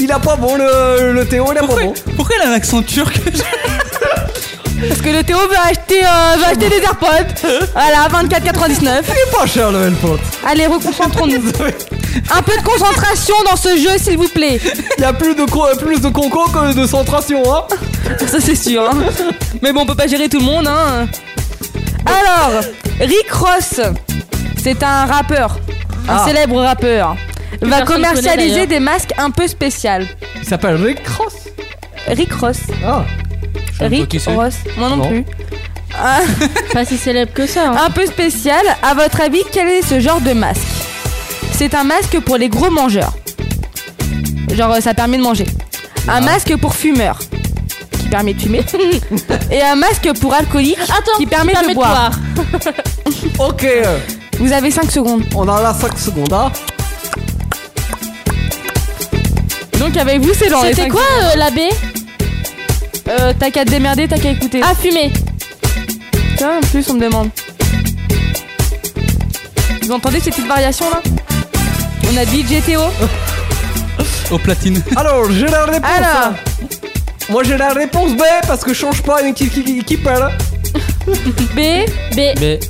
[SPEAKER 2] Il a pas bon le, le Théo, il a pas
[SPEAKER 4] Pourquoi,
[SPEAKER 2] bon.
[SPEAKER 4] pourquoi il a un accent turc
[SPEAKER 3] Parce que le Théo veut acheter, euh, veut acheter des AirPods. Voilà, 24,99.
[SPEAKER 2] Il est pas cher le AirPod.
[SPEAKER 3] Allez, reconcentrons-nous. Un peu de concentration dans ce jeu, s'il vous plaît.
[SPEAKER 2] Il y a plus de, co- plus de Coco que de centration, hein
[SPEAKER 3] Ça, c'est sûr. hein. Mais bon, on peut pas gérer tout le monde. Hein. Alors, Rick Ross, c'est un rappeur, un
[SPEAKER 2] Ah.
[SPEAKER 3] célèbre rappeur, va
[SPEAKER 5] personne connaît,
[SPEAKER 3] commercialiser
[SPEAKER 5] d'ailleurs.
[SPEAKER 3] des masques un peu spéciaux.
[SPEAKER 2] Il s'appelle Rick Cross.
[SPEAKER 3] Rick Ross.
[SPEAKER 2] Ah.
[SPEAKER 4] même pas
[SPEAKER 3] Rick
[SPEAKER 4] qui c'est.
[SPEAKER 3] Ross. Moi non,
[SPEAKER 2] Non.
[SPEAKER 3] plus. Ah,
[SPEAKER 5] Pas si célèbre que ça. hein.
[SPEAKER 3] Un peu spécial. À votre avis, quel est ce genre de masque C'est un masque pour les gros mangeurs. Genre, euh, ça permet de manger. Un masque pour fumeurs, qui permet de *laughs* fumer. Et un masque pour alcoolique,
[SPEAKER 5] Attends,
[SPEAKER 3] Ah, qui permet de boire.
[SPEAKER 2] Ok,
[SPEAKER 3] Vous avez 5 secondes.
[SPEAKER 2] on a là 5 secondes, hein
[SPEAKER 3] Donc, avec vous, c'est dans les
[SPEAKER 5] C'était
[SPEAKER 3] cinq
[SPEAKER 5] quoi euh, la B
[SPEAKER 3] secondes. Euh, T'as qu'à te démerder, t'as qu'à écouter.
[SPEAKER 5] À Ah, fumer.
[SPEAKER 3] Tiens, Ah, en plus, on me demande. Vous entendez ces petites variations là On a DJ Théo.
[SPEAKER 4] *laughs* Au platine.
[SPEAKER 2] Alors, j'ai la réponse.
[SPEAKER 3] Alors.
[SPEAKER 2] hein. Moi, j'ai la réponse B parce que je change pas une équipe hein. qui, qui- qui parle.
[SPEAKER 3] B.
[SPEAKER 5] B.
[SPEAKER 4] Mais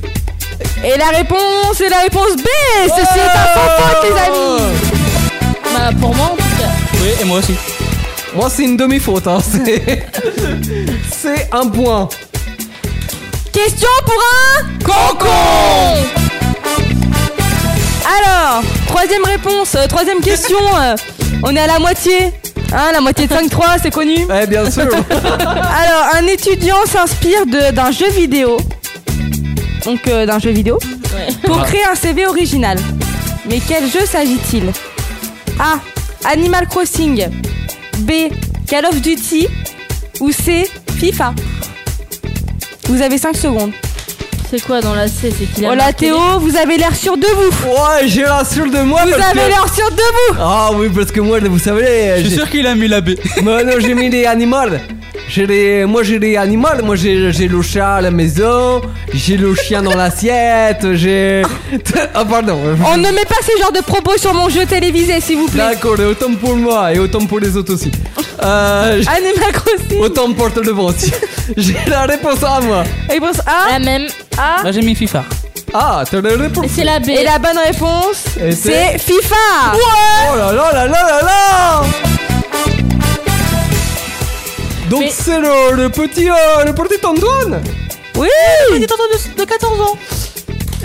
[SPEAKER 3] Et la réponse, et la réponse B Ceci est un sans
[SPEAKER 2] Euh,
[SPEAKER 3] faute, les amis
[SPEAKER 5] Bah, pour moi, en tout cas.
[SPEAKER 4] oui, et moi aussi.
[SPEAKER 2] Moi, c'est une demi-faute, hein. C'est... *laughs* c'est un point.
[SPEAKER 3] Question pour un concon Alors, troisième réponse, euh, troisième question. euh, on est à la moitié. Hein, la moitié de 5-3, c'est connu.
[SPEAKER 2] Eh, bien
[SPEAKER 3] *laughs*
[SPEAKER 2] sûr.
[SPEAKER 3] Alors, un étudiant s'inspire de- d'un jeu vidéo. Donc, euh, d'un jeu vidéo. Pour créer un CV original. Mais quel jeu s'agit-il A. Animal Crossing. B. Call of Duty. ou C, FIFA Vous avez 5 secondes.
[SPEAKER 5] C'est quoi dans la C C'est qu'il a.
[SPEAKER 3] Oh la
[SPEAKER 5] marqué les-
[SPEAKER 3] Théo, vous avez l'air sûr de vous
[SPEAKER 2] Ouais, j'ai l'insulte de moi
[SPEAKER 3] Vous
[SPEAKER 2] parce
[SPEAKER 3] avez
[SPEAKER 2] que...
[SPEAKER 3] l'air sûr de vous
[SPEAKER 2] Ah oui, parce que moi, vous savez,
[SPEAKER 4] Je suis
[SPEAKER 2] j'ai-
[SPEAKER 4] sûr qu'il a mis la B.
[SPEAKER 2] moi, non, j'ai mis les animaux. J'ai les... Moi, j'ai les animaux. Moi, j'ai j'ai le chat à la maison. J'ai le chien dans l'assiette. J'ai. *laughs* Ah, pardon.
[SPEAKER 3] On ne met pas ce genre de propos sur mon jeu télévisé, s'il vous plaît.
[SPEAKER 2] D'accord, et autant pour moi et autant pour les autres aussi. Euh, j'ai-
[SPEAKER 3] Animal Crossing.
[SPEAKER 2] autant pour tout le monde aussi. J'ai la réponse à moi.
[SPEAKER 3] Réponse A,
[SPEAKER 5] La même.
[SPEAKER 3] A.
[SPEAKER 4] Moi j'ai mis FIFA.
[SPEAKER 2] Ah, t'as la réponse.
[SPEAKER 5] C'est la B.
[SPEAKER 3] Et la bonne réponse,
[SPEAKER 2] Et c'est-
[SPEAKER 3] c'est FIFA.
[SPEAKER 2] Oh là là là là là là Donc
[SPEAKER 5] Mais-
[SPEAKER 2] c'est le, le petit euh, le petit Antoine
[SPEAKER 3] Oui.
[SPEAKER 4] de 14 ans.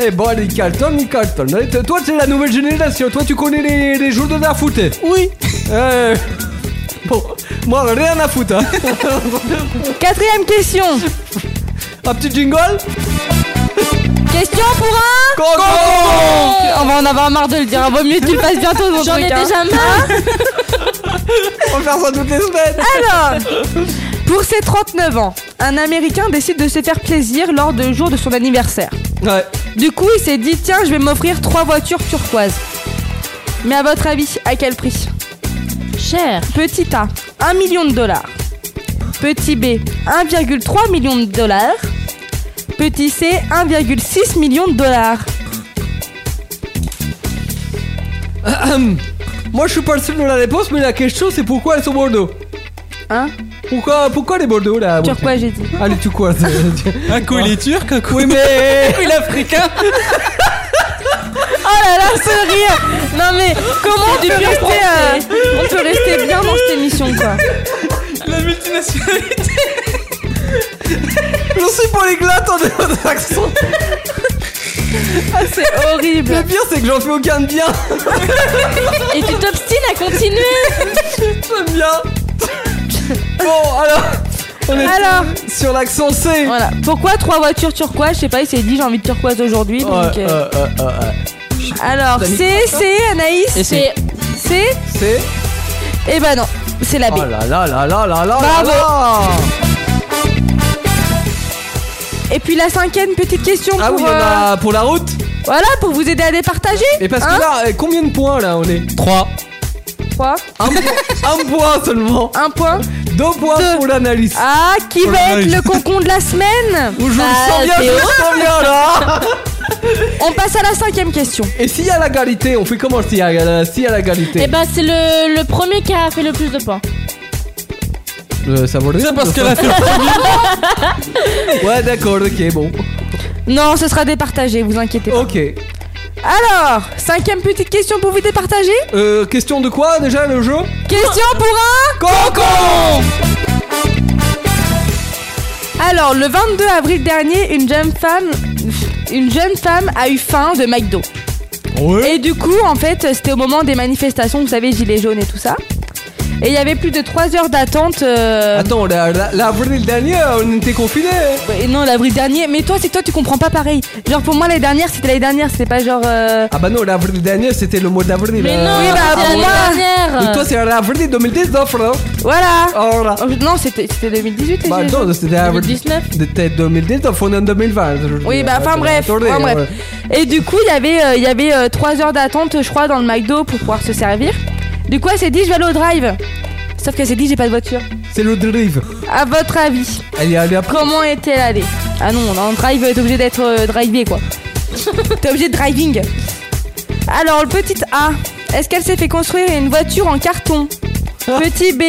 [SPEAKER 2] Eh bon allez Carlton, allez, Carlton. Allez, t- Toi t'es la nouvelle génération, toi tu connais les, les jours de la foot.
[SPEAKER 4] Oui.
[SPEAKER 2] Euh, bon, moi rien à foutre. hein.
[SPEAKER 3] Quatrième question.
[SPEAKER 2] Un petit jingle
[SPEAKER 3] Question pour un.
[SPEAKER 2] Coco
[SPEAKER 3] On va en avoir marre de le dire. Vaut mieux que tu le passes bientôt ton
[SPEAKER 5] J'en ai
[SPEAKER 3] truc, hein.
[SPEAKER 5] déjà marre.
[SPEAKER 2] On va faire ça toutes les semaines
[SPEAKER 3] Alors, pour ses 39 ans, un Américain décide de se faire plaisir lors du jour de son anniversaire.
[SPEAKER 2] Ouais.
[SPEAKER 3] Du coup, il s'est dit tiens, je vais m'offrir trois voitures turquoises. Mais à votre avis, à quel prix Ah.
[SPEAKER 5] Cher.
[SPEAKER 3] Petit A, 1 million de dollars. Petit B, 1,3 million de dollars. Petit C, 1,6 million de dollars.
[SPEAKER 2] Ahem. Moi je suis pas le seul de la réponse, mais la question c'est pourquoi elles sont Bordeaux
[SPEAKER 3] Hein
[SPEAKER 2] Pourquoi, pourquoi les Bordeaux là
[SPEAKER 3] Turquoise, j'ai dit.
[SPEAKER 2] Allez tu quoi
[SPEAKER 3] *laughs*
[SPEAKER 4] Un coup Ah, il est turc, un coup
[SPEAKER 2] Oui mais...
[SPEAKER 4] il est africain.
[SPEAKER 3] Oh là là, ce rire Non mais, comment on peut, rester, euh, on peut rester bien dans cette émission, quoi
[SPEAKER 4] La multinationalité.
[SPEAKER 2] Je suis polyglotte *laughs* en dehors de l'accent.
[SPEAKER 3] C'est horrible
[SPEAKER 2] Le pire, c'est que j'en fais aucun de bien.
[SPEAKER 5] Et tu t'obstines à continuer.
[SPEAKER 2] J'aime bien. Bon, alors, on est
[SPEAKER 3] Alors
[SPEAKER 2] sur l'accent C.
[SPEAKER 3] Voilà. Pourquoi trois voitures turquoises Je sais pas, il s'est dit j'ai envie de turquoise aujourd'hui.
[SPEAKER 2] Ouais,
[SPEAKER 3] donc, euh,
[SPEAKER 2] euh, euh, euh, euh,
[SPEAKER 3] Alors,
[SPEAKER 2] T'as mis
[SPEAKER 3] c'est, c'est, Anaïs
[SPEAKER 4] Et c'est-
[SPEAKER 3] C'est
[SPEAKER 2] C.
[SPEAKER 3] Eh ben non, c'est la B.
[SPEAKER 2] Oh là là là là là là
[SPEAKER 3] Bravo.
[SPEAKER 2] là.
[SPEAKER 3] Et puis la cinquième petite question
[SPEAKER 2] Ah
[SPEAKER 3] pour,
[SPEAKER 2] oui, on
[SPEAKER 3] euh,
[SPEAKER 2] a pour la route.
[SPEAKER 3] voilà, pour vous aider à départager.
[SPEAKER 2] Mais parce
[SPEAKER 3] Hein
[SPEAKER 2] que là, euh, combien de points là on est
[SPEAKER 4] 3.
[SPEAKER 3] Trois. *laughs*
[SPEAKER 2] un, point- un point seulement.
[SPEAKER 3] Un point.
[SPEAKER 2] Deux points
[SPEAKER 3] Deux.
[SPEAKER 2] pour l'analyse.
[SPEAKER 3] Ah, qui
[SPEAKER 4] Oh
[SPEAKER 3] va
[SPEAKER 4] là là,
[SPEAKER 3] être
[SPEAKER 4] il-
[SPEAKER 3] le concon de la semaine
[SPEAKER 2] Où je le
[SPEAKER 3] Bah,
[SPEAKER 2] sens bien, je
[SPEAKER 3] Théo.
[SPEAKER 2] le sens bien là.
[SPEAKER 3] On passe à la cinquième question.
[SPEAKER 2] Et s'il y a l'égalité, on fait comment s'il y a euh, s'il y a l'égalité
[SPEAKER 3] Eh
[SPEAKER 5] Et bah c'est le, le premier qui a fait le plus de points.
[SPEAKER 3] ben,
[SPEAKER 2] Euh, Ça vaut le
[SPEAKER 4] C'est
[SPEAKER 2] coup,
[SPEAKER 4] parce
[SPEAKER 2] ça.
[SPEAKER 4] qu'elle *laughs* a fait.
[SPEAKER 2] Ouais, d'accord, ok, bon.
[SPEAKER 3] Non, ce sera départagé, vous inquiétez pas.
[SPEAKER 2] Ok.
[SPEAKER 3] Alors, cinquième petite question pour vous départager.
[SPEAKER 2] Euh, question de quoi déjà le jeu
[SPEAKER 3] Question pour un
[SPEAKER 2] Concon
[SPEAKER 3] Alors, le 22 avril dernier, une jeune femme, une jeune femme a eu faim de McDo. Et du coup, en fait, c'était au moment des manifestations, vous savez, gilets jaunes et tout ça. Et il y avait plus de 3 heures d'attente. euh,
[SPEAKER 2] Attends, la- la- l'avril dernier, on était confinés
[SPEAKER 3] ouais, non, l'avril dernier. Mais toi, c'est que toi, tu comprends pas pareil. Genre, pour moi, l'année dernière, c'était l'année dernière, c'était pas genre. euh,
[SPEAKER 2] Ah bah non, l'avril dernier, c'était le mois d'avril.
[SPEAKER 5] Mais
[SPEAKER 2] euh.
[SPEAKER 5] non,
[SPEAKER 3] oui, bah,
[SPEAKER 5] c'est
[SPEAKER 3] pour
[SPEAKER 5] l'année
[SPEAKER 3] moi.
[SPEAKER 5] dernière.
[SPEAKER 2] Donc toi, c'est l'avril 2019, hein
[SPEAKER 3] Voilà
[SPEAKER 2] Oh là
[SPEAKER 3] Oh, Non, c'était c'était 2018, les
[SPEAKER 2] Bah
[SPEAKER 3] gilets jaunes.
[SPEAKER 2] non, c'était avril
[SPEAKER 5] 2019.
[SPEAKER 2] C'était 2019, on est en 2020. je veux
[SPEAKER 3] Oui,
[SPEAKER 2] dire.
[SPEAKER 3] bah, enfin,
[SPEAKER 2] Attends,
[SPEAKER 3] bref,
[SPEAKER 2] attendez,
[SPEAKER 3] enfin, bref.
[SPEAKER 2] ouais.
[SPEAKER 3] Et du coup, il y avait, euh, il y avait 3 heures d'attente, je crois, dans le McDo pour pouvoir se servir. Du coup, elle s'est dit, je vais aller au drive. Sauf qu'elle s'est dit, j'ai pas de voiture.
[SPEAKER 2] C'est le drive.
[SPEAKER 3] À votre avis,
[SPEAKER 2] Elle est allée après.
[SPEAKER 3] comment est-elle allée Ah non, en drive, t'es obligé d'être euh, drivé, quoi. t'es obligé de driving. Alors, le petit A, est-ce qu'elle s'est fait construire une voiture en carton Petit B,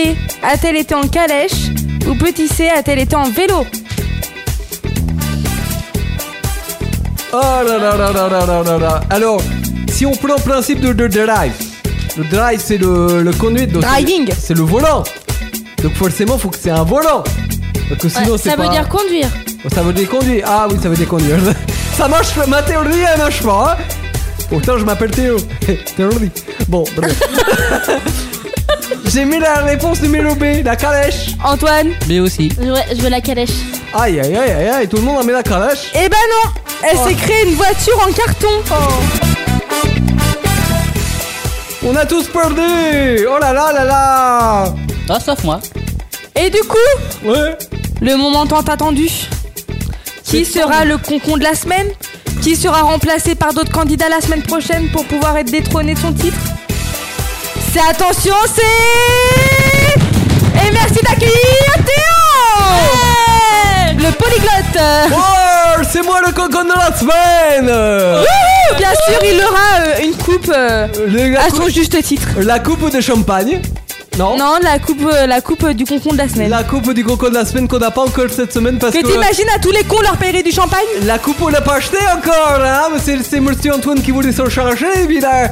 [SPEAKER 3] a-t-elle été en calèche Ou petit C, a-t-elle été en vélo
[SPEAKER 2] Oh là là là là là là là là. Alors, si on prend le principe de, de drive, le drive c'est le, le conduit. donc c'est-
[SPEAKER 3] Driving.
[SPEAKER 2] C'est le volant. Donc forcément, faut que c'est un volant. Parce que sinon,
[SPEAKER 5] Ouais,
[SPEAKER 2] c'est
[SPEAKER 5] ça veut
[SPEAKER 2] pas-
[SPEAKER 5] dire conduire.
[SPEAKER 2] Ça veut dire conduire. Ah oui, ça veut dire conduire. *laughs* ça marche, ma théorie, elle marche pas. hein. Pourtant, je m'appelle Théo. *laughs* théorie. Bon, bref. *laughs* J'ai mis la réponse numéro B, la calèche.
[SPEAKER 3] Antoine
[SPEAKER 4] Mais aussi.
[SPEAKER 5] Ouais, je veux la calèche.
[SPEAKER 2] Aïe, aïe, aïe, aïe, aïe, tout le monde a mis la calèche.
[SPEAKER 3] Eh ben non Elle s'est créée une voiture en carton
[SPEAKER 2] On a tous perdu. Oh là là là là.
[SPEAKER 4] Ah, sauf moi.
[SPEAKER 3] Et du coup,
[SPEAKER 4] Ouais.
[SPEAKER 3] le moment tant attendu. Qui sera le concon de la semaine Qui sera remplacé par d'autres candidats la semaine prochaine pour pouvoir être détrôné de son titre C'est attention, c'est... Et merci d'accueillir Théo Le polyglotte
[SPEAKER 2] Oh, c'est moi le cocon de la semaine
[SPEAKER 3] Bien sûr, il aura euh, une coupe euh,
[SPEAKER 2] Le- la,
[SPEAKER 3] à son
[SPEAKER 2] coupe,
[SPEAKER 3] juste titre.
[SPEAKER 2] la coupe de champagne Non,
[SPEAKER 3] Non, la coupe, euh, la coupe euh, du concon de la semaine.
[SPEAKER 2] La coupe du cocon de la semaine qu'on n'a pas encore cette semaine parce
[SPEAKER 3] Que
[SPEAKER 2] que...
[SPEAKER 3] t'imagines à tous les cons leur payer du champagne
[SPEAKER 2] La coupe, on l'a pas achetée encore, hein mais c'est, c'est monsieur Antoine qui voulait s'en charger, et puis il a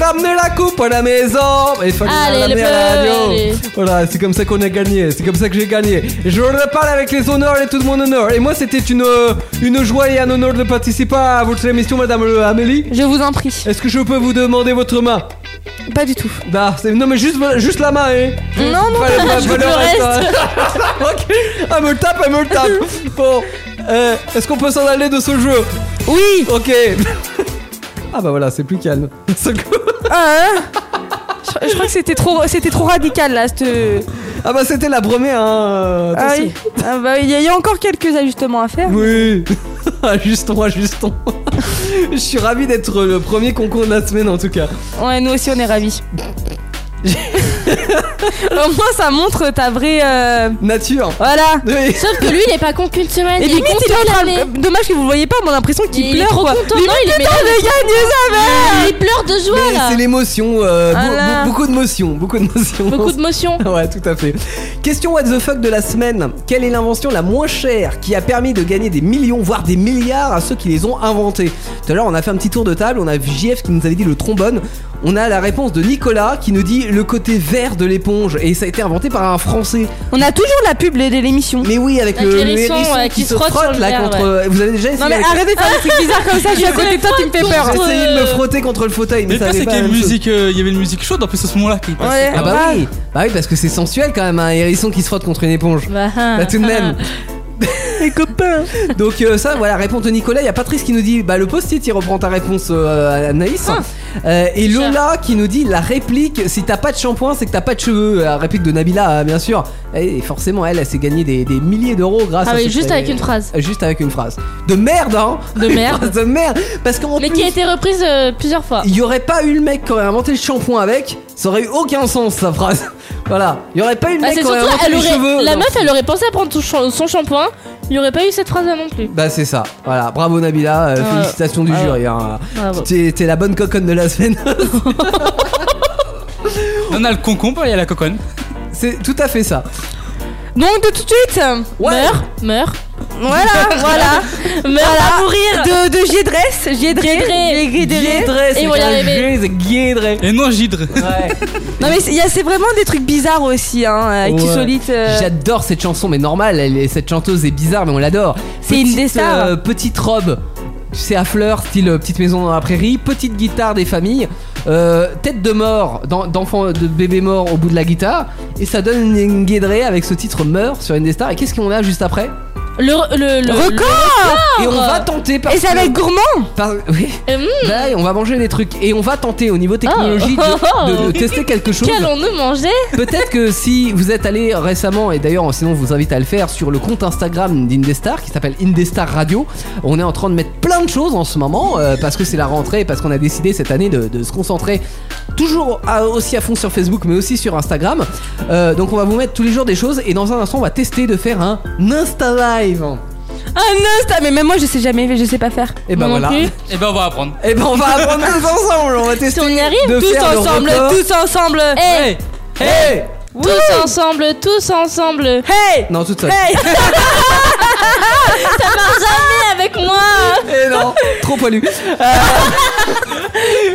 [SPEAKER 2] ramené la coupe à la maison Il fallait
[SPEAKER 5] Allez,
[SPEAKER 2] la ramener
[SPEAKER 5] le
[SPEAKER 2] à la
[SPEAKER 5] bleu,
[SPEAKER 2] radio
[SPEAKER 5] allez.
[SPEAKER 2] Voilà, c'est comme ça qu'on a gagné, c'est comme ça que j'ai gagné. Et Je repars avec les honneurs et tout mon honneur. Et moi, c'était une, euh, une joie et un honneur de participer à votre émission, madame euh, Amélie.
[SPEAKER 3] Je vous en prie.
[SPEAKER 2] Est-ce que je peux vous demander votre main
[SPEAKER 3] Euh, Pas du tout.
[SPEAKER 2] Bah, c'est- Non, mais juste, juste la main, hein
[SPEAKER 3] Non, non,
[SPEAKER 2] Fallait pas-
[SPEAKER 5] je
[SPEAKER 2] fallait
[SPEAKER 5] veux le
[SPEAKER 2] hein. *laughs* Ok, elle me le tape, elle me le tape.
[SPEAKER 3] *laughs*
[SPEAKER 2] Bon, euh, est-ce qu'on peut s'en aller de ce jeu
[SPEAKER 3] oui
[SPEAKER 2] Ok. *laughs* Ah bah voilà, c'est plus calme. *laughs* Ce coup-
[SPEAKER 3] Hein Je, je crois que c'était trop, c'était trop radical là, cette.
[SPEAKER 2] Ah bah c'était la première. Hein.
[SPEAKER 3] Ah
[SPEAKER 2] Attention.
[SPEAKER 3] oui. Ah bah, il y a eu encore quelques ajustements à faire.
[SPEAKER 2] Oui. *laughs* Ah, Ajustons, ajustons. *laughs* Je suis ravi d'être le premier concours de la semaine en tout cas.
[SPEAKER 3] Ouais, nous aussi on est ravis. *laughs* Au moins ça montre ta vraie. euh,
[SPEAKER 2] Nature.
[SPEAKER 3] Voilà.
[SPEAKER 2] Oui.
[SPEAKER 5] Sauf que lui, il est pas con qu'une semaine.
[SPEAKER 3] Et
[SPEAKER 5] il
[SPEAKER 3] limite
[SPEAKER 5] est
[SPEAKER 3] il est
[SPEAKER 5] content
[SPEAKER 3] en
[SPEAKER 5] de
[SPEAKER 3] train
[SPEAKER 5] l'année.
[SPEAKER 3] de- Dommage que vous le voyez pas, mais on a l'impression qu'il
[SPEAKER 5] Il est
[SPEAKER 3] pleure
[SPEAKER 5] trop
[SPEAKER 3] quoi. Ah,
[SPEAKER 5] content.
[SPEAKER 3] Limite,
[SPEAKER 5] Non, il est
[SPEAKER 3] putain,
[SPEAKER 5] mélange.
[SPEAKER 3] j'ai gagné ça, merde
[SPEAKER 5] Il pleure de joie
[SPEAKER 2] Mais
[SPEAKER 5] là.
[SPEAKER 2] c'est l'émotion. euh, be-
[SPEAKER 3] Voilà.
[SPEAKER 2] be- beaucoup de motion. Beaucoup de motion.
[SPEAKER 5] Beaucoup de motion.
[SPEAKER 2] *laughs* Ouais, tout à fait. Question what the fuck de la semaine. Quelle est l'invention la moins chère qui a permis de gagner des millions, voire des milliards à ceux qui les ont inventés Tout à l'heure, on a fait un petit tour de table, on a JF qui nous avait dit le trombone. On a la réponse de Nicolas qui nous dit le côté vert de l'éponge et ça a été inventé par un Français.
[SPEAKER 3] On a toujours la pub de l'émission.
[SPEAKER 2] Mais oui, avec
[SPEAKER 5] Avec
[SPEAKER 2] le,
[SPEAKER 5] l'hérisson,
[SPEAKER 2] hérisson
[SPEAKER 5] ouais,
[SPEAKER 2] qui,
[SPEAKER 5] qui
[SPEAKER 2] se
[SPEAKER 5] frotte
[SPEAKER 2] frotte,
[SPEAKER 5] sur le
[SPEAKER 2] là
[SPEAKER 5] verre,
[SPEAKER 2] contre. euh, Vous avez déjà essayé
[SPEAKER 3] Non mais
[SPEAKER 2] avec-
[SPEAKER 3] arrêtez de faire des trucs bizarres comme ça, je suis à côté de toi, tu me fais peur. euh.
[SPEAKER 2] J'ai essayé de me frotter contre le fauteuil, mais
[SPEAKER 4] Mais
[SPEAKER 2] ça
[SPEAKER 4] pas
[SPEAKER 2] n'est
[SPEAKER 4] c'est
[SPEAKER 2] pas
[SPEAKER 4] qu'il y
[SPEAKER 2] la
[SPEAKER 4] avait une
[SPEAKER 2] même chose.
[SPEAKER 4] musique, euh, il y avait une musique chaude en plus à ce moment-là. qui passait.
[SPEAKER 3] Ouais.
[SPEAKER 2] Ah bah oui, bah oui, parce que c'est sensuel quand même, un hérisson qui se frotte contre une éponge.
[SPEAKER 5] Bah, hein. *laughs*
[SPEAKER 2] Bah tout de même.
[SPEAKER 3] Les copains.
[SPEAKER 2] Donc euh, ça, voilà, réponse de Nicolas. Il y a Patrice qui nous dit, bah le post-it, il reprend ta réponse, euh, Anaïs.
[SPEAKER 5] Ah.
[SPEAKER 2] Euh, et Lola qui nous dit la réplique, si t'as pas de shampoing, c'est que t'as pas de cheveux. La réplique de Nabila, euh, bien sûr. Et forcément, elle, elle s'est gagnée des, des milliers d'euros grâce
[SPEAKER 5] Ah
[SPEAKER 2] à
[SPEAKER 5] oui,
[SPEAKER 2] cette-
[SPEAKER 5] juste avec une phrase.
[SPEAKER 2] Euh, Juste avec une phrase. De merde, hein *laughs*
[SPEAKER 5] De
[SPEAKER 2] Une
[SPEAKER 5] merde.
[SPEAKER 2] phrase De merde Parce qu'en
[SPEAKER 5] Mais
[SPEAKER 2] plus,
[SPEAKER 5] qui a été reprise euh, plusieurs fois.
[SPEAKER 2] il y aurait pas eu le mec qui aurait inventé le shampoing avec, ça aurait eu aucun sens, sa phrase. *laughs* voilà. Il y aurait pas eu le
[SPEAKER 5] Ah,
[SPEAKER 2] mec
[SPEAKER 5] c'est
[SPEAKER 2] qui aurait
[SPEAKER 5] surtout,
[SPEAKER 2] inventé
[SPEAKER 5] elle
[SPEAKER 2] les
[SPEAKER 5] aurait-
[SPEAKER 2] cheveux.
[SPEAKER 5] la
[SPEAKER 2] Non.
[SPEAKER 5] meuf, elle aurait pensé à prendre son cha- son shampoing. Il n'y aurait pas eu cette phrase là non plus.
[SPEAKER 2] Bah c'est ça, voilà, bravo Nabila, euh,
[SPEAKER 5] Ouais.
[SPEAKER 2] félicitations du
[SPEAKER 5] Ouais.
[SPEAKER 2] jury. hein.
[SPEAKER 5] Bravo.
[SPEAKER 2] T'es t'es la bonne coconne de la semaine. *laughs*
[SPEAKER 4] On a le concombre, il y a la coconne.
[SPEAKER 2] C'est tout à fait ça.
[SPEAKER 3] Donc de tout de suite,
[SPEAKER 5] Meurs, meurs,
[SPEAKER 3] voilà, voilà,
[SPEAKER 5] meurs à mourir.
[SPEAKER 3] de, de Giedresse,
[SPEAKER 5] Giedré.
[SPEAKER 2] Guédré, c'est
[SPEAKER 5] Et on y
[SPEAKER 2] quand même
[SPEAKER 5] arrivait.
[SPEAKER 2] bien, c'est guédré.
[SPEAKER 4] Et non, gidre.
[SPEAKER 2] Ouais.
[SPEAKER 3] Non mais c'est il y a- c'est vraiment des trucs bizarres aussi, hein, euh,
[SPEAKER 2] Ouais.
[SPEAKER 3] qui solites. euh,
[SPEAKER 2] J'adore cette chanson, mais normal, elle est- cette chanteuse est bizarre, mais on l'adore.
[SPEAKER 3] C'est une
[SPEAKER 2] Petite,
[SPEAKER 3] des stars.
[SPEAKER 2] euh, petite robe, tu sais, à fleurs, style euh, petite maison dans la prairie, petite guitare des familles, euh, tête de mort, d'en- d'enfant, de bébé mort au bout de la guitare, et ça donne une, une guédrée avec ce titre Meurt sur une des stars. Et qu'est-ce qu'on a juste après
[SPEAKER 5] Le, le, le-
[SPEAKER 3] Record
[SPEAKER 2] Et on va tenter par.
[SPEAKER 3] Et ça va être gourmand
[SPEAKER 2] Par- *laughs* oui.
[SPEAKER 5] Et mm.
[SPEAKER 2] Bah, et on va manger des trucs et on va tenter au niveau technologique de- de, de tester quelque chose.
[SPEAKER 5] Qu'allons-nous manger
[SPEAKER 2] Peut-être que si vous êtes allé récemment et d'ailleurs sinon on vous invite à le faire sur le compte Instagram d'Indestar qui s'appelle Indestar Radio, on est en train de mettre plein de choses en ce moment euh, parce que c'est la rentrée et parce qu'on a décidé cette année de, de se concentrer toujours à- aussi à fond sur Facebook mais aussi sur Instagram. Euh, donc on va vous mettre tous les jours des choses et dans un instant on va tester de faire un Insta Live.
[SPEAKER 3] Ah non, ça- mais même moi je sais jamais, je sais pas faire.
[SPEAKER 2] Et ben
[SPEAKER 5] Moi
[SPEAKER 2] voilà.
[SPEAKER 5] non plus.
[SPEAKER 4] Et ben on va apprendre.
[SPEAKER 2] Et ben on va apprendre tous ensemble, on va tester.
[SPEAKER 5] Si on y arrive
[SPEAKER 2] de
[SPEAKER 3] tous
[SPEAKER 2] faire le
[SPEAKER 3] ensemble,
[SPEAKER 2] record.
[SPEAKER 3] tous ensemble.
[SPEAKER 5] Hey,
[SPEAKER 2] Hey
[SPEAKER 5] Eh, Tous ensemble, tous ensemble
[SPEAKER 3] hey,
[SPEAKER 2] Non, toute seule.
[SPEAKER 3] hey.
[SPEAKER 5] Avec moi
[SPEAKER 2] Eh non, trop poilu. Euh,